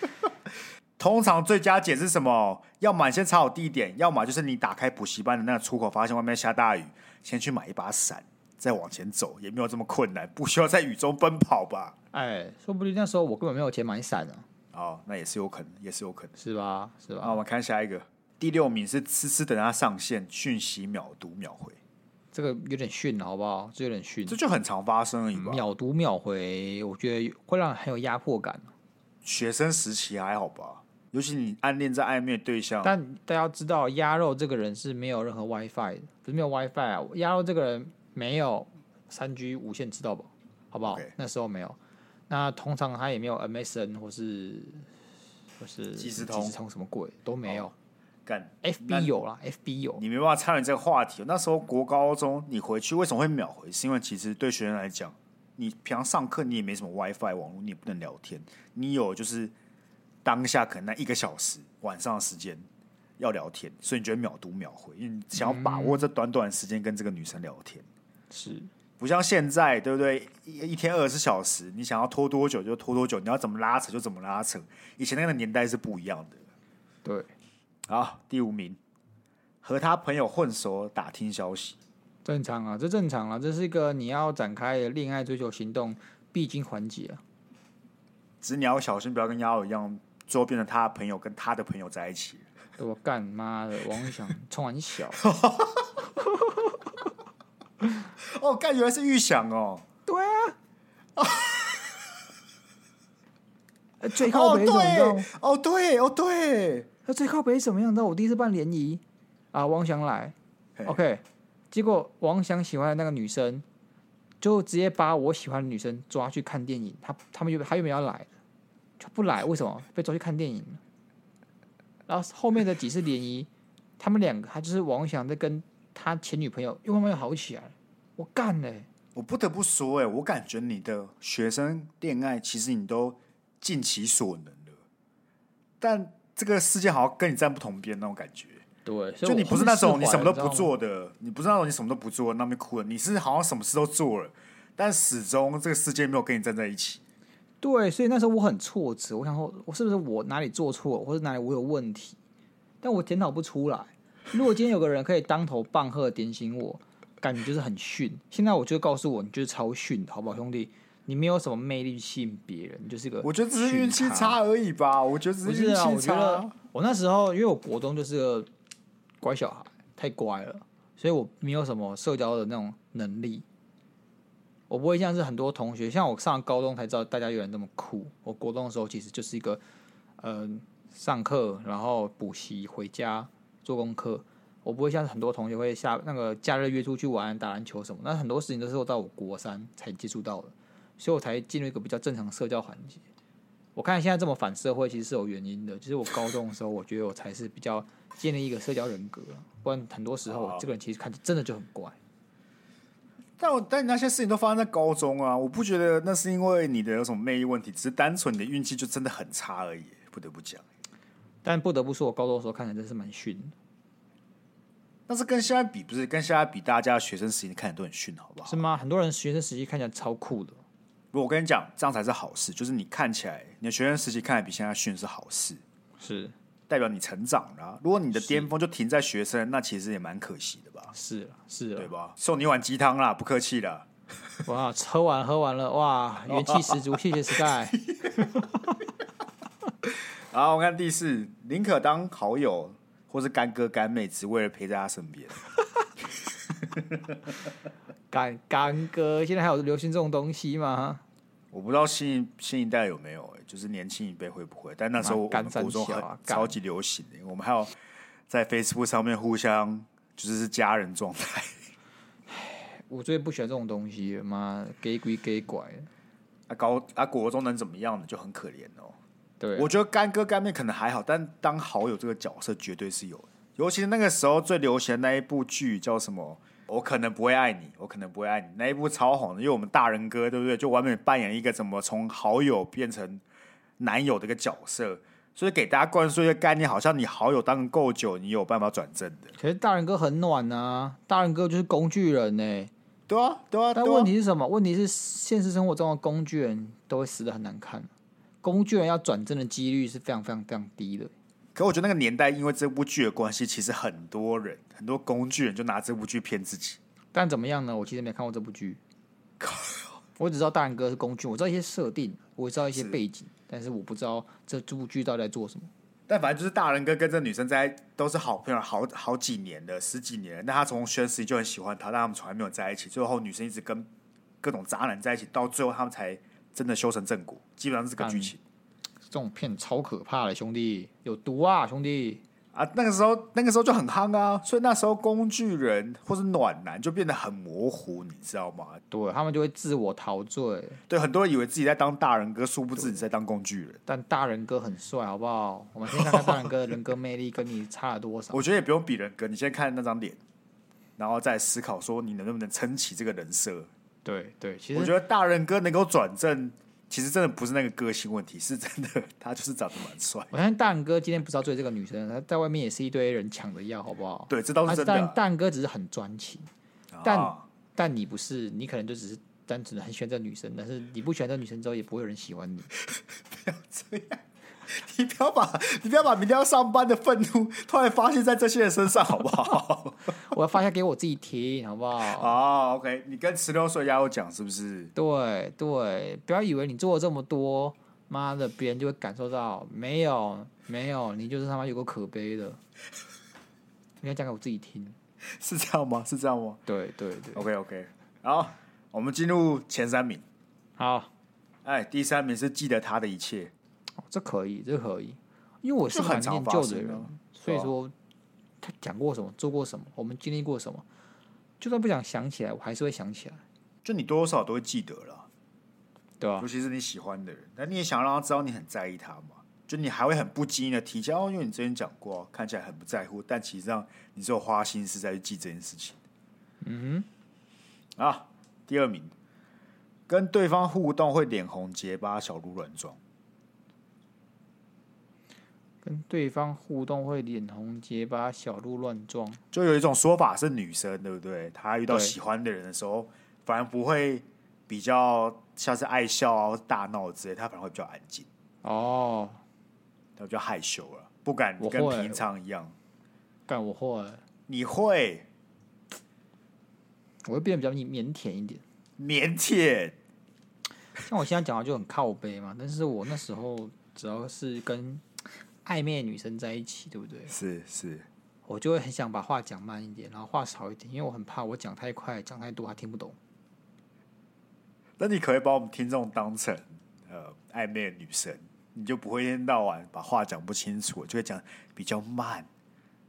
A: 通常最佳解是什么？要么你先查好地点，要么就是你打开补习班的那个出口，发现外面下大雨，先去买一把伞，再往前走，也没有这么困难，不需要在雨中奔跑吧？
B: 哎，说不定那时候我根本没有钱买伞啊，
A: 哦，那也是有可能，也是有可能。
B: 是吧？是吧？
A: 好，我们看下一个，第六名是痴痴等它上线，讯息秒读秒回。
B: 这个有点逊了，好不好？这有点逊
A: 这。就很常发生而已吧。
B: 秒读秒回，我觉得会让人很有压迫感。
A: 学生时期还好吧，尤其你暗恋在暧昧的对象，
B: 但大家要知道，鸭肉这个人是没有任何 WiFi 的，不是没有 WiFi 啊，鸭肉这个人没有三 G 无线，知道不？好不好
A: OK
B: 那时候没有。那通常他也没有 MSN 或是或是
A: 即时通
B: 即时通什么鬼都没有。
A: 干
B: FB
A: 那
B: 有啦，FB 有，
A: 你没办法参与这个话题。那时候国高中你回去为什么会秒回？是因为其实对学生来讲，你平常上课你也没什么 WiFi 网络，你也不能聊天，你有就是当下可能那一个小时晚上的时间要聊天，所以你觉得秒读秒回，因为你想要把握这短短时间跟这个女生聊天。
B: 是
A: 不像现在，对不对？一一天二十四小时，你想要拖多久就拖多久，你要怎么拉扯就怎么拉扯。以前那个年代是不一样的。
B: 对，
A: 好，第五名，和他朋友混熟打听消息，
B: 正常啊，这正常啊，这是一个你要展开的恋爱追求行动必经环节啊。
A: 只是你要小心，不要跟丫头一样，最后变成他的朋友跟他的朋友在一起。
B: 我干妈的，王想冲完小，
A: 哦，干，原来是预想哦。
B: 对 啊，呃最
A: 哦，
B: 靠北是怎么样？
A: 对，哦，对，哦，对。
B: 那最靠北是怎么样？你知道我第一次办联谊啊，王翔来
A: 嘿
B: ，OK，结果王翔喜欢的那个女生，就直接把我喜欢的女生抓去看电影，他他们原本他原本要来，就不来，为什么？被抓去看电影了然后后面的几次联谊，他们两个，他就是王翔在跟他前女朋友又慢慢又好起来了，我干嘞、
A: 我不得不说、哎，我感觉你的学生恋爱其实你都尽其所能了，但这个世界好像跟你站不同边那种感觉。
B: 对，
A: 就你不是那种你什么都不做的，你不是那种你什么都不做那边哭了，你是好像什么事都做了，但始终这个世界没有跟你站在一起。
B: 对，所以那时候我很挫折，我想说，我是不是我哪里做错，或者哪里我有问题？但我检讨不出来。如果今天有个人可以当头棒喝地点醒我，感觉就是很逊。现在我就告诉我，你就是超逊的，好不好，兄弟？你没有什么魅力去吸引别人，你就是一个
A: 我觉得只是运气
B: 逊咖
A: 差而已吧，我觉得只
B: 呃不
A: 运
B: 是啊，我
A: 气
B: 觉
A: 差。
B: 得我那时候因为我国中就是个乖小孩，太乖了，所以我没有什么社交的那种能力。我不会像是很多同学，像我上高中才知道大家原来那么酷。我国中的时候其实就是一个，嗯、上课然后补习回家做功课。我不会像很多同学会下那个假日约出去玩打篮球什么，那很多事情都是我到我国三才接触到的，所以我才进入一个比较正常的社交环节。我看现在这么反社会，其实是有原因的。就是我高中的时候，我觉得我才是比较建立一个社交人格，不然很多时候我这个人其实看起来真的就很怪。
A: 但我但那些事情都发生在高中啊，我不觉得那是因为你的有什么魅力问题，只是单纯你的运气就真的很差而已，不得不讲。
B: 但不得不说，我高中的时候看起来真是蛮逊的，
A: 但是跟现在比，不是跟现在比，大家学生时期看起来都很逊，好不好
B: 是？吗？很多人学生时期看起来超酷的，
A: 我跟你讲，这样才是好事，就是你看起来你的学生时期看起来比现在逊是好事。
B: 是
A: 代表你成长了啊、如果你的巅峰就停在学生，那其实也蛮可惜的吧，
B: 是啊啦是
A: 对
B: 啦，
A: 吧？送你一碗鸡汤啦，不客气啦。
B: 哇，喝完喝完了，哇，元气十足，谢 谢 Sky。
A: 好，我看第四，宁可当好友或是干哥干妹，只为了陪在他身边。
B: 干干哥，现在还有流行这种东西吗？
A: 我不知道新一新一代有没有、欸，就是年轻一辈会不会？但那时候我
B: 干
A: 们国中
B: 三
A: 很
B: 小啊干
A: 超级流行、欸，我们还有在 Facebook 上面互相就是是家人状态。
B: 我最不喜欢这种东西，妈给鬼给拐的，
A: 啊高啊国中能怎么样呢？就很可怜哦、
B: 对啊，
A: 我觉得干哥干妹可能还好，但当好友这个角色绝对是有的，尤其是那个时候最流行的那一部剧叫什么？我可能不会爱你，我可能不会爱你，那一部超红的，因为我们大人哥对不对？就完美扮演一个怎么从好友变成男友的一个角色，所以给大家灌输一个概念，好像你好友当够久，你有办法转正的。
B: 可是大人哥很暖啊，大人哥就是工具人 呢、欸
A: 对啊，对啊，对
B: 但
A: 啊。
B: 问题是什么？问题是现实生活中的工具人都会死的很难看，工具人要转正的几率是非常非常非常低的。
A: 可我觉得那个年代，因为这部剧的关系，其实很多人、很多工具人就拿这部剧骗自己。
B: 但怎么样呢？我其实没看过这部剧，我只知道大人哥是工具，我知道一些设定，我知道一些
A: 是
B: 背景，但是我不知道这这部剧到底在做什么。
A: 但反正就是大人哥跟这女生在都是好朋友，好好几年了，十几年了。但他从宣誓就很喜欢她，但他们从来没有在一起。最后女生一直跟各种渣男在一起，到最后他们才真的修成正果，基本上是这个剧情。
B: 这种片超可怕的，兄弟，有毒啊，兄弟！
A: 啊，那个时候那个时候就很夯啊，所以那时候工具人或是暖男就变得很模糊，你知道吗？
B: 对他们就会自我陶醉，
A: 对，很多人以为自己在当大人哥，殊不知你在当工具人。
B: 但大人哥很帅，好不好？我们先看看大人哥的人格魅力跟你差了多 少。
A: 我觉得也不用比人格，你先看那张脸，然后再思考说你能不能撑起这个人设。
B: 对对，其
A: 我
B: 实
A: 觉得大人哥能够转正，其实真的不是那个个性问题，是真的他就是长得蛮帅。
B: 我相信大人哥今天不是要追这个女生，他在外面也是一堆人抢着要，好不好？
A: 对，这倒
B: 但
A: 是
B: 是
A: 真的
B: 但
A: 啊。
B: 大人哥只是很专情，但
A: 啊
B: 但你不是，你可能就只是单纯的很喜欢这个女生，但是你不喜欢这个女生之后，也不会有人喜欢你。
A: 你不要把你不要把明天要上班的愤怒突然发泄在这些人身上，好不好？
B: 我要发下给我自己听，好不 好？
A: 哦、o k 你跟十六岁丫头讲是不是？
B: 对对，不要以为你做了这么多，妈的，别人就会感受到，没有没有，你就是他妈有个可悲的。你要讲给我自己听。
A: 是这样吗？是这样吗
B: 对对对，
A: ？OK OK，好，我们进入前三名。
B: 好，
A: 哎，第三名是记得他的一切。
B: 哦这可以，这可以，因为我是
A: 这
B: 个
A: 很
B: 蛮
A: 常
B: 念
A: 发
B: 旧
A: 生
B: 的
A: 啊
B: 人
A: 是，
B: 所以
A: 吧
B: 说他讲过什么，做过什么，我们经历过什么，就算不想想起来，我还是会想起来，
A: 就你多多少少都会记得了，
B: 对吧、
A: 尤其是你喜欢的人，那你也想让他知道你很在意他嘛？就你还会很不经意的提起，哦，因为你之前讲过啊，看起来很不在乎，但其实上你是有花心思在去记这件事情。嗯哼，啊，第二名，跟对方互动会脸红结巴、小鹿乱撞。
B: 跟对方互动会脸红结巴、小鹿乱撞，
A: 就有一种说法是女生对不对？她遇到
B: 对
A: 喜欢的人的时候，反而不会比较像是爱笑啊、或是大闹之类，她反而会比较安静，
B: 哦，
A: 她比较害羞了，不敢
B: 我
A: 跟
B: 会
A: 平常一样。
B: 干我会，
A: 你会
B: 我会变得比较腼腆一点。
A: 腼腆，
B: 像我现在讲话就很靠背嘛，但是我那时候只要是跟暧昧的女生在一起，对不对？
A: 是是，
B: 我就会很想把话讲慢一点，然后话少一点，因为我很怕我讲太快、讲太多，她听不懂。
A: 那你可不可以把我们听众当成呃暧昧的女生，你就不会一天到晚把话讲不清楚，就会讲比较慢、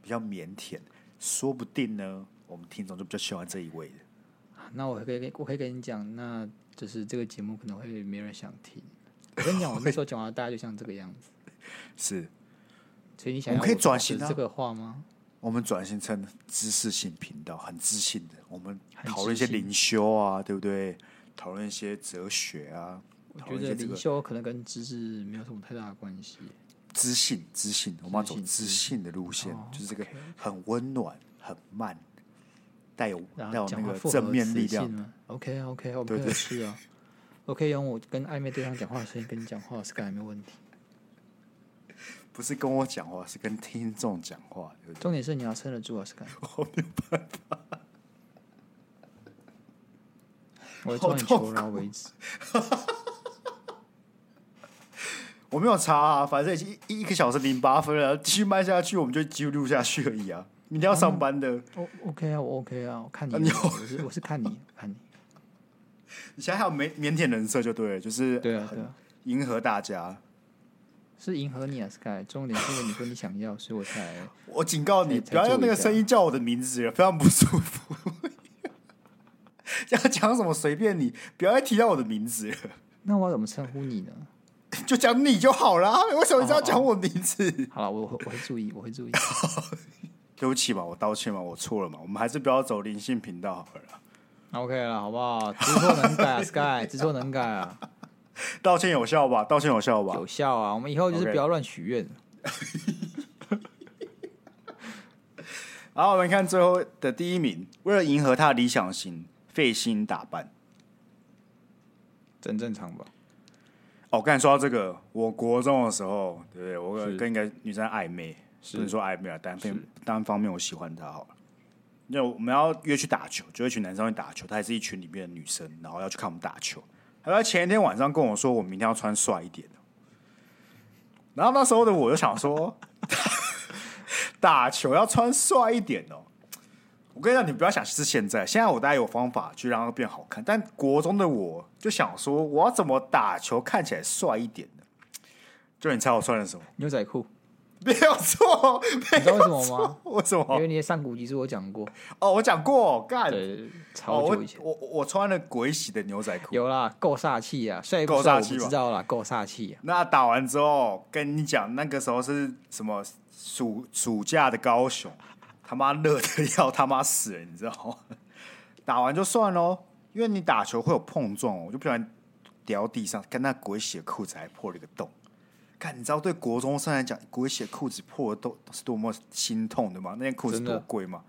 A: 比较腼腆，说不定呢，我们听众就比较喜欢这一位的。
B: 那我可以跟我可以跟你讲，那就是这个节目可能会没人想听。我跟你讲，我那时候讲话大概就像这个样子，
A: 是
B: 所以你想
A: 我
B: 要
A: 们可以
B: 保
A: 转
B: 持
A: 型啊
B: 这个话吗？
A: 我们转型成知识性频道，很知性的，我们
B: 很
A: 讨论一些
B: 知性
A: 灵修啊，对不对？讨论一些哲学啊，
B: 我
A: 讨
B: 觉
A: 论一
B: 得
A: 些这个
B: 灵修可能跟知识没有什么太大的关系。
A: 知性、知性，我们要走知性的路线，
B: 哦
A: 就是这个很温暖、很慢，带有
B: 然
A: 带
B: 后
A: 有
B: 讲
A: 那
B: 话
A: 个
B: 复
A: 正
B: 合
A: 面力
B: 磁
A: 量
B: 性。吗？OK OK，我
A: 对
B: 们可以试啊。我可以用我跟暧昧对象讲话的声音跟你讲话，是感觉没问题。
A: 不是跟我讲话，是跟听众讲话，对不对？
B: 重点是你要撑得住啊，是感。
A: 我没有办法，
B: 我会做到你求饶为止。
A: 我没有查啊，反正已经一一个小时零八分了，继续慢下去，我们就继续录下去而已啊。明天要上班的，
B: 我 OK 啊，我 OK 啊，我看你，
A: 啊你
B: 我是我是看你，
A: 啊
B: 我看你。
A: 你现在还有腼腼腆人设就 对了，就是
B: 对啊对啊，
A: 迎合大家。
B: 是迎合你啊，Sky。重点是因为你说你想要，所以我才
A: 我警告你，
B: 哎
A: 不要用那个声音叫我的名字，非常不舒服。 要讲什么随便你，不要再提到我的名字了，
B: 那我要怎么称呼你呢？
A: 就讲你就好啦。为什么一直要讲我名字？
B: 好了，我我我会注意，我会注意。
A: 对不起嘛，我道歉嘛，我错了嘛。我们还是不要走灵性频道好了啦。
B: OK 了，好不好？知错能改啊，Sky，知错能改啊。
A: 道歉有效吧？道歉有效吧？
B: 有效啊！我们以后就是
A: OK
B: 不要乱许愿。
A: 然后我们看最后的第一名，为了迎合他的理想型，费心打扮。
B: 真正常吧？
A: 哦，刚才说到这个，我国中的时候，对不对？我
B: 是
A: 跟一个女生暧昧，不能说暧昧啊，单方单方面我喜欢她好了。那我们要约去打球，就一群男生会打球，她也是一群里面的女生，然后要去看我们打球。她在前一天晚上跟我说，我明天要穿帅一点。哦然后那时候的我就想说， 打球要穿帅一点哦。我跟你讲，你不要想是现在，现在我大概有方法去让它变好看，但国中的我就想说，我要怎么打球看起来帅一点呢？就你猜我穿了 什么？
B: 牛仔裤，
A: 没有错，
B: 你知道为什 么吗？
A: 为什
B: 因
A: 么？
B: 为那些上古集数我讲 过，
A: 哦，我讲过，干，
B: 对，
A: 哦，
B: 超
A: 我
B: 久以前。
A: 我我穿了鬼洗的牛仔裤。
B: 有啦，够煞气啊！帅不
A: 够
B: 帅
A: 煞
B: 我
A: 气
B: 不
A: 吧
B: 知道啦，够煞气啊！
A: 那打完之后，跟你讲，那个时候是什么暑暑假的高雄，他妈热的要他妈死人，你知道吗？ 打完就算喽，因为你打球会有碰撞哦，我就不小心掉地上，跟那鬼血裤子还破了一个洞。看，你知道对国中生来讲，鬼血裤子破了洞是多么心痛的吗？那件裤子
B: 真的
A: 多贵吗？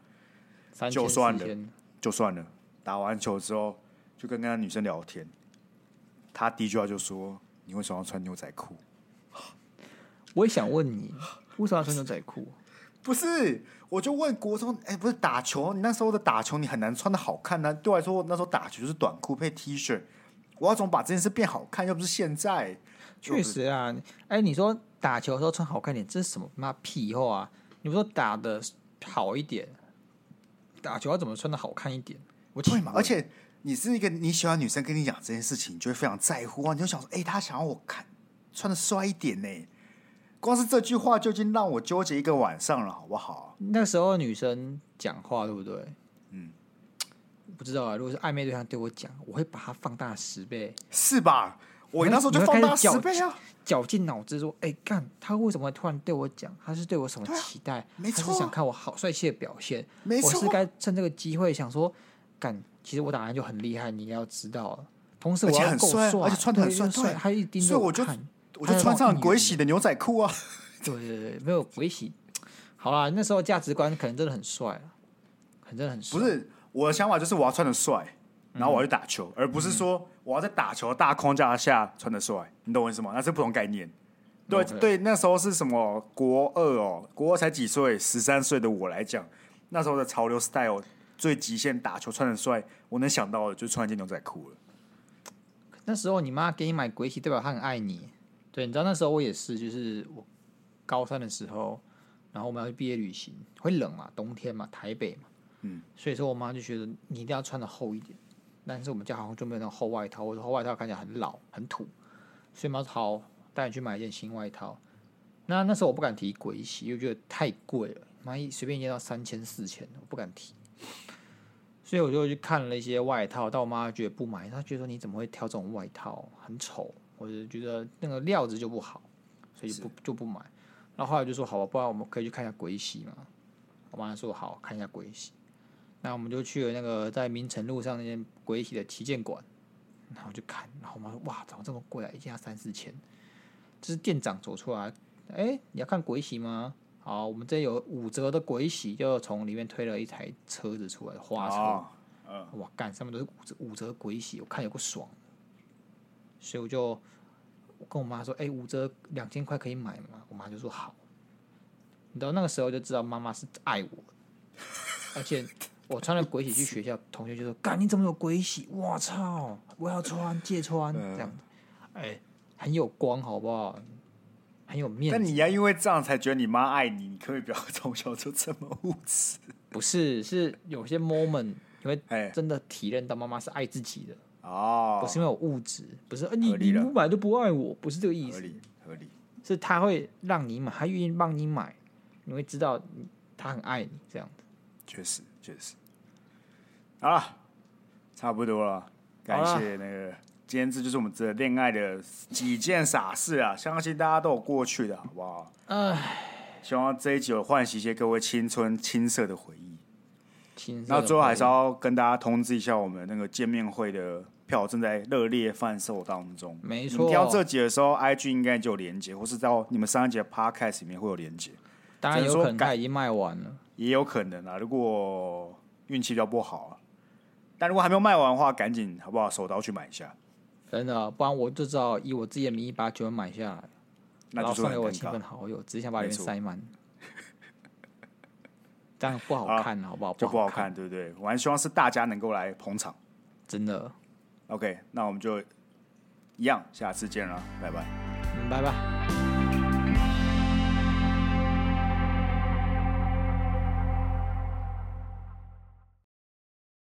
B: 三
A: 就
B: 千
A: 算
B: 四
A: 了
B: 千，
A: 就算了。打完球之后，就跟那个女生聊天，她第一句话就说：“你为什么要穿牛仔裤？”
B: 我也想问你，为什么要穿牛仔裤？啊
A: 不是，我就问国中，哎、不是打球，你那时候的打球你很难穿的好看呢、对我来说，我那时候打球就是短裤配 T 恤，我要怎么把这件事变好看？又不是现在，
B: 确实啊，哎，你说打球的时候穿好看点，这是什么妈屁话啊！你不说打的好一点，打球要怎么穿的好看一点？我
A: 对
B: 请
A: 嘛？
B: 问
A: 而且你是一个你喜欢的女生跟你讲这件事情，你就会非常在乎啊，你就想说，哎、她想要我看穿的帅一点呢、光是这句话就已经让我纠结一个晚上了，好不好？
B: 那时候女生讲话对不对？嗯，不知道啊。如果是暧昧对象对我讲，我会把它放大十倍，
A: 是吧？我那时候就
B: 你会
A: 放大
B: 开始
A: 十
B: 较
A: 倍啊！
B: 绞尽脑汁说：“哎、干，他为什么突然对我讲？他是对我什么
A: 对啊
B: 期待？
A: 没
B: 他
A: 错啊
B: 是想看我好帅气的表现。
A: 没
B: 我
A: 错
B: 是
A: 啊，
B: 该趁这个机会想说，干，其实我打篮球很厉害，你也要知道了。同时
A: 而
B: 我
A: 且
B: 要
A: 很
B: 够
A: 帅啊而且穿得很
B: 对
A: 帅
B: 又
A: 对
B: 帅，他一盯
A: 所
B: 着
A: 以我就
B: 看
A: 我就穿上了鬼洗
B: 的。
A: 的牛仔裤啊！
B: 对对对，没有鬼洗。好啦，那时候价值观可能真的很帅啊，可能真的很帅。
A: 不是我的想法就是我要穿的帅，然后我要去打球，
B: 嗯
A: 而不是说我要在打球的大框架下穿的帅，你懂我意思吗？那是不同概念。对
B: OK
A: 对，那时候是什么国二哦，国二才几岁，十三岁的我来讲，那时候的潮流 style 最极限打球穿的帅，我能想到的就穿一件牛仔裤了。
B: 那时候你妈给你买鬼洗，代表她很爱你。对，你知道那时候我也是，就是我高三的时候，然后我们要去毕业旅行，会冷嘛，冬天嘛，台北嘛，嗯，所以说我妈就觉得你一定要穿的厚一点。但是我们家好像就没有那种厚外套，我说厚外套看起来很老很土，所以妈说好，带你去买一件新外套。那那时候我不敢提鬼洗，因为觉得太贵了，妈一随便一件要三千四千，我不敢提。所以我就去看了一些外套，但我妈觉得不买，她觉得说你怎么会挑这种外套，很丑，我就觉得那个料子就不好，所以就不就不买。然后后来就说好吧，不然我们可以去看一下鬼洗嘛。我妈说好看一下鬼洗，那我们就去了那个在明城路上那间鬼洗的旗舰馆，然后就看，然后我妈说哇，怎么这么贵啊，一件要三四千。这是店长走出来，哎、你要看鬼洗吗？好，我们这有五折的鬼洗，就从里面推了一台车子出来，花车。
A: 哦
B: 哇，干，上面都是五折五折鬼洗，我看有个爽的，所以我就我跟我妈说，哎、五折两千块可以买吗？我妈就说好。你知道那个时候就知道妈妈是爱我的，而且我穿了鬼洗去学校，同学就说，干，你怎么有鬼洗？我操，我要穿，借穿，
A: 嗯
B: 这样，哎、很有光，好不好？很有面
A: 但
B: 子。
A: 你要因为这样才觉得你妈爱你，你可不可以不要 从小就这么物质。
B: 不是，是有些 moment 你会
A: 哎
B: 真的体认到妈妈是爱自己的。
A: 哦
B: 不，是因为我物质，不是、呃、你
A: 合理
B: 你
A: 了
B: 不买就不爱我，不是这个意
A: 合
B: 思，
A: 理合理。
B: 是他会让你买，他愿意让你买，你会知道你他很爱你这样子。
A: 确实确实。好了，差不多了，感
B: 好啦
A: 谢那个今天这就是我们这恋爱的几件傻事 啊，相信大家都有过去的好不好？
B: 唉，
A: 希望这一集有唤起一些各位青春青涩的回忆。
B: 新生
A: 然后
B: 的
A: 最后还
B: 回忆
A: 是要跟大家通知一下，我们那个见面会的票正在热烈贩售当中。
B: 没
A: 你
B: 错
A: 们听到这集的时候，IG 应该就有连接，或是到你们上一集的 Podcast 里面会有连接，
B: 当然
A: 只能
B: 有
A: 说
B: 可能
A: 改
B: 他已经卖完了。
A: 也有可能啊。如果运气比较不好、啊，但如果还没有卖完的话，赶紧好不好？手刀去买一下，
B: 真的，不然我就只好以我自己的名义把九本买下来，
A: 那
B: 然
A: 就
B: 后
A: 是
B: 送
A: 很
B: 给
A: 尴
B: 我亲
A: 尬
B: 朋。好友，只想把里面
A: 没错
B: 塞满， 这样不好看，好不好？
A: 就不
B: 不
A: 好
B: 看，
A: 看，对不对？我还希望是大家能够来捧场。
B: 真的。
A: OK，那我们就一样，下次见了，拜拜。
B: 嗯，拜拜。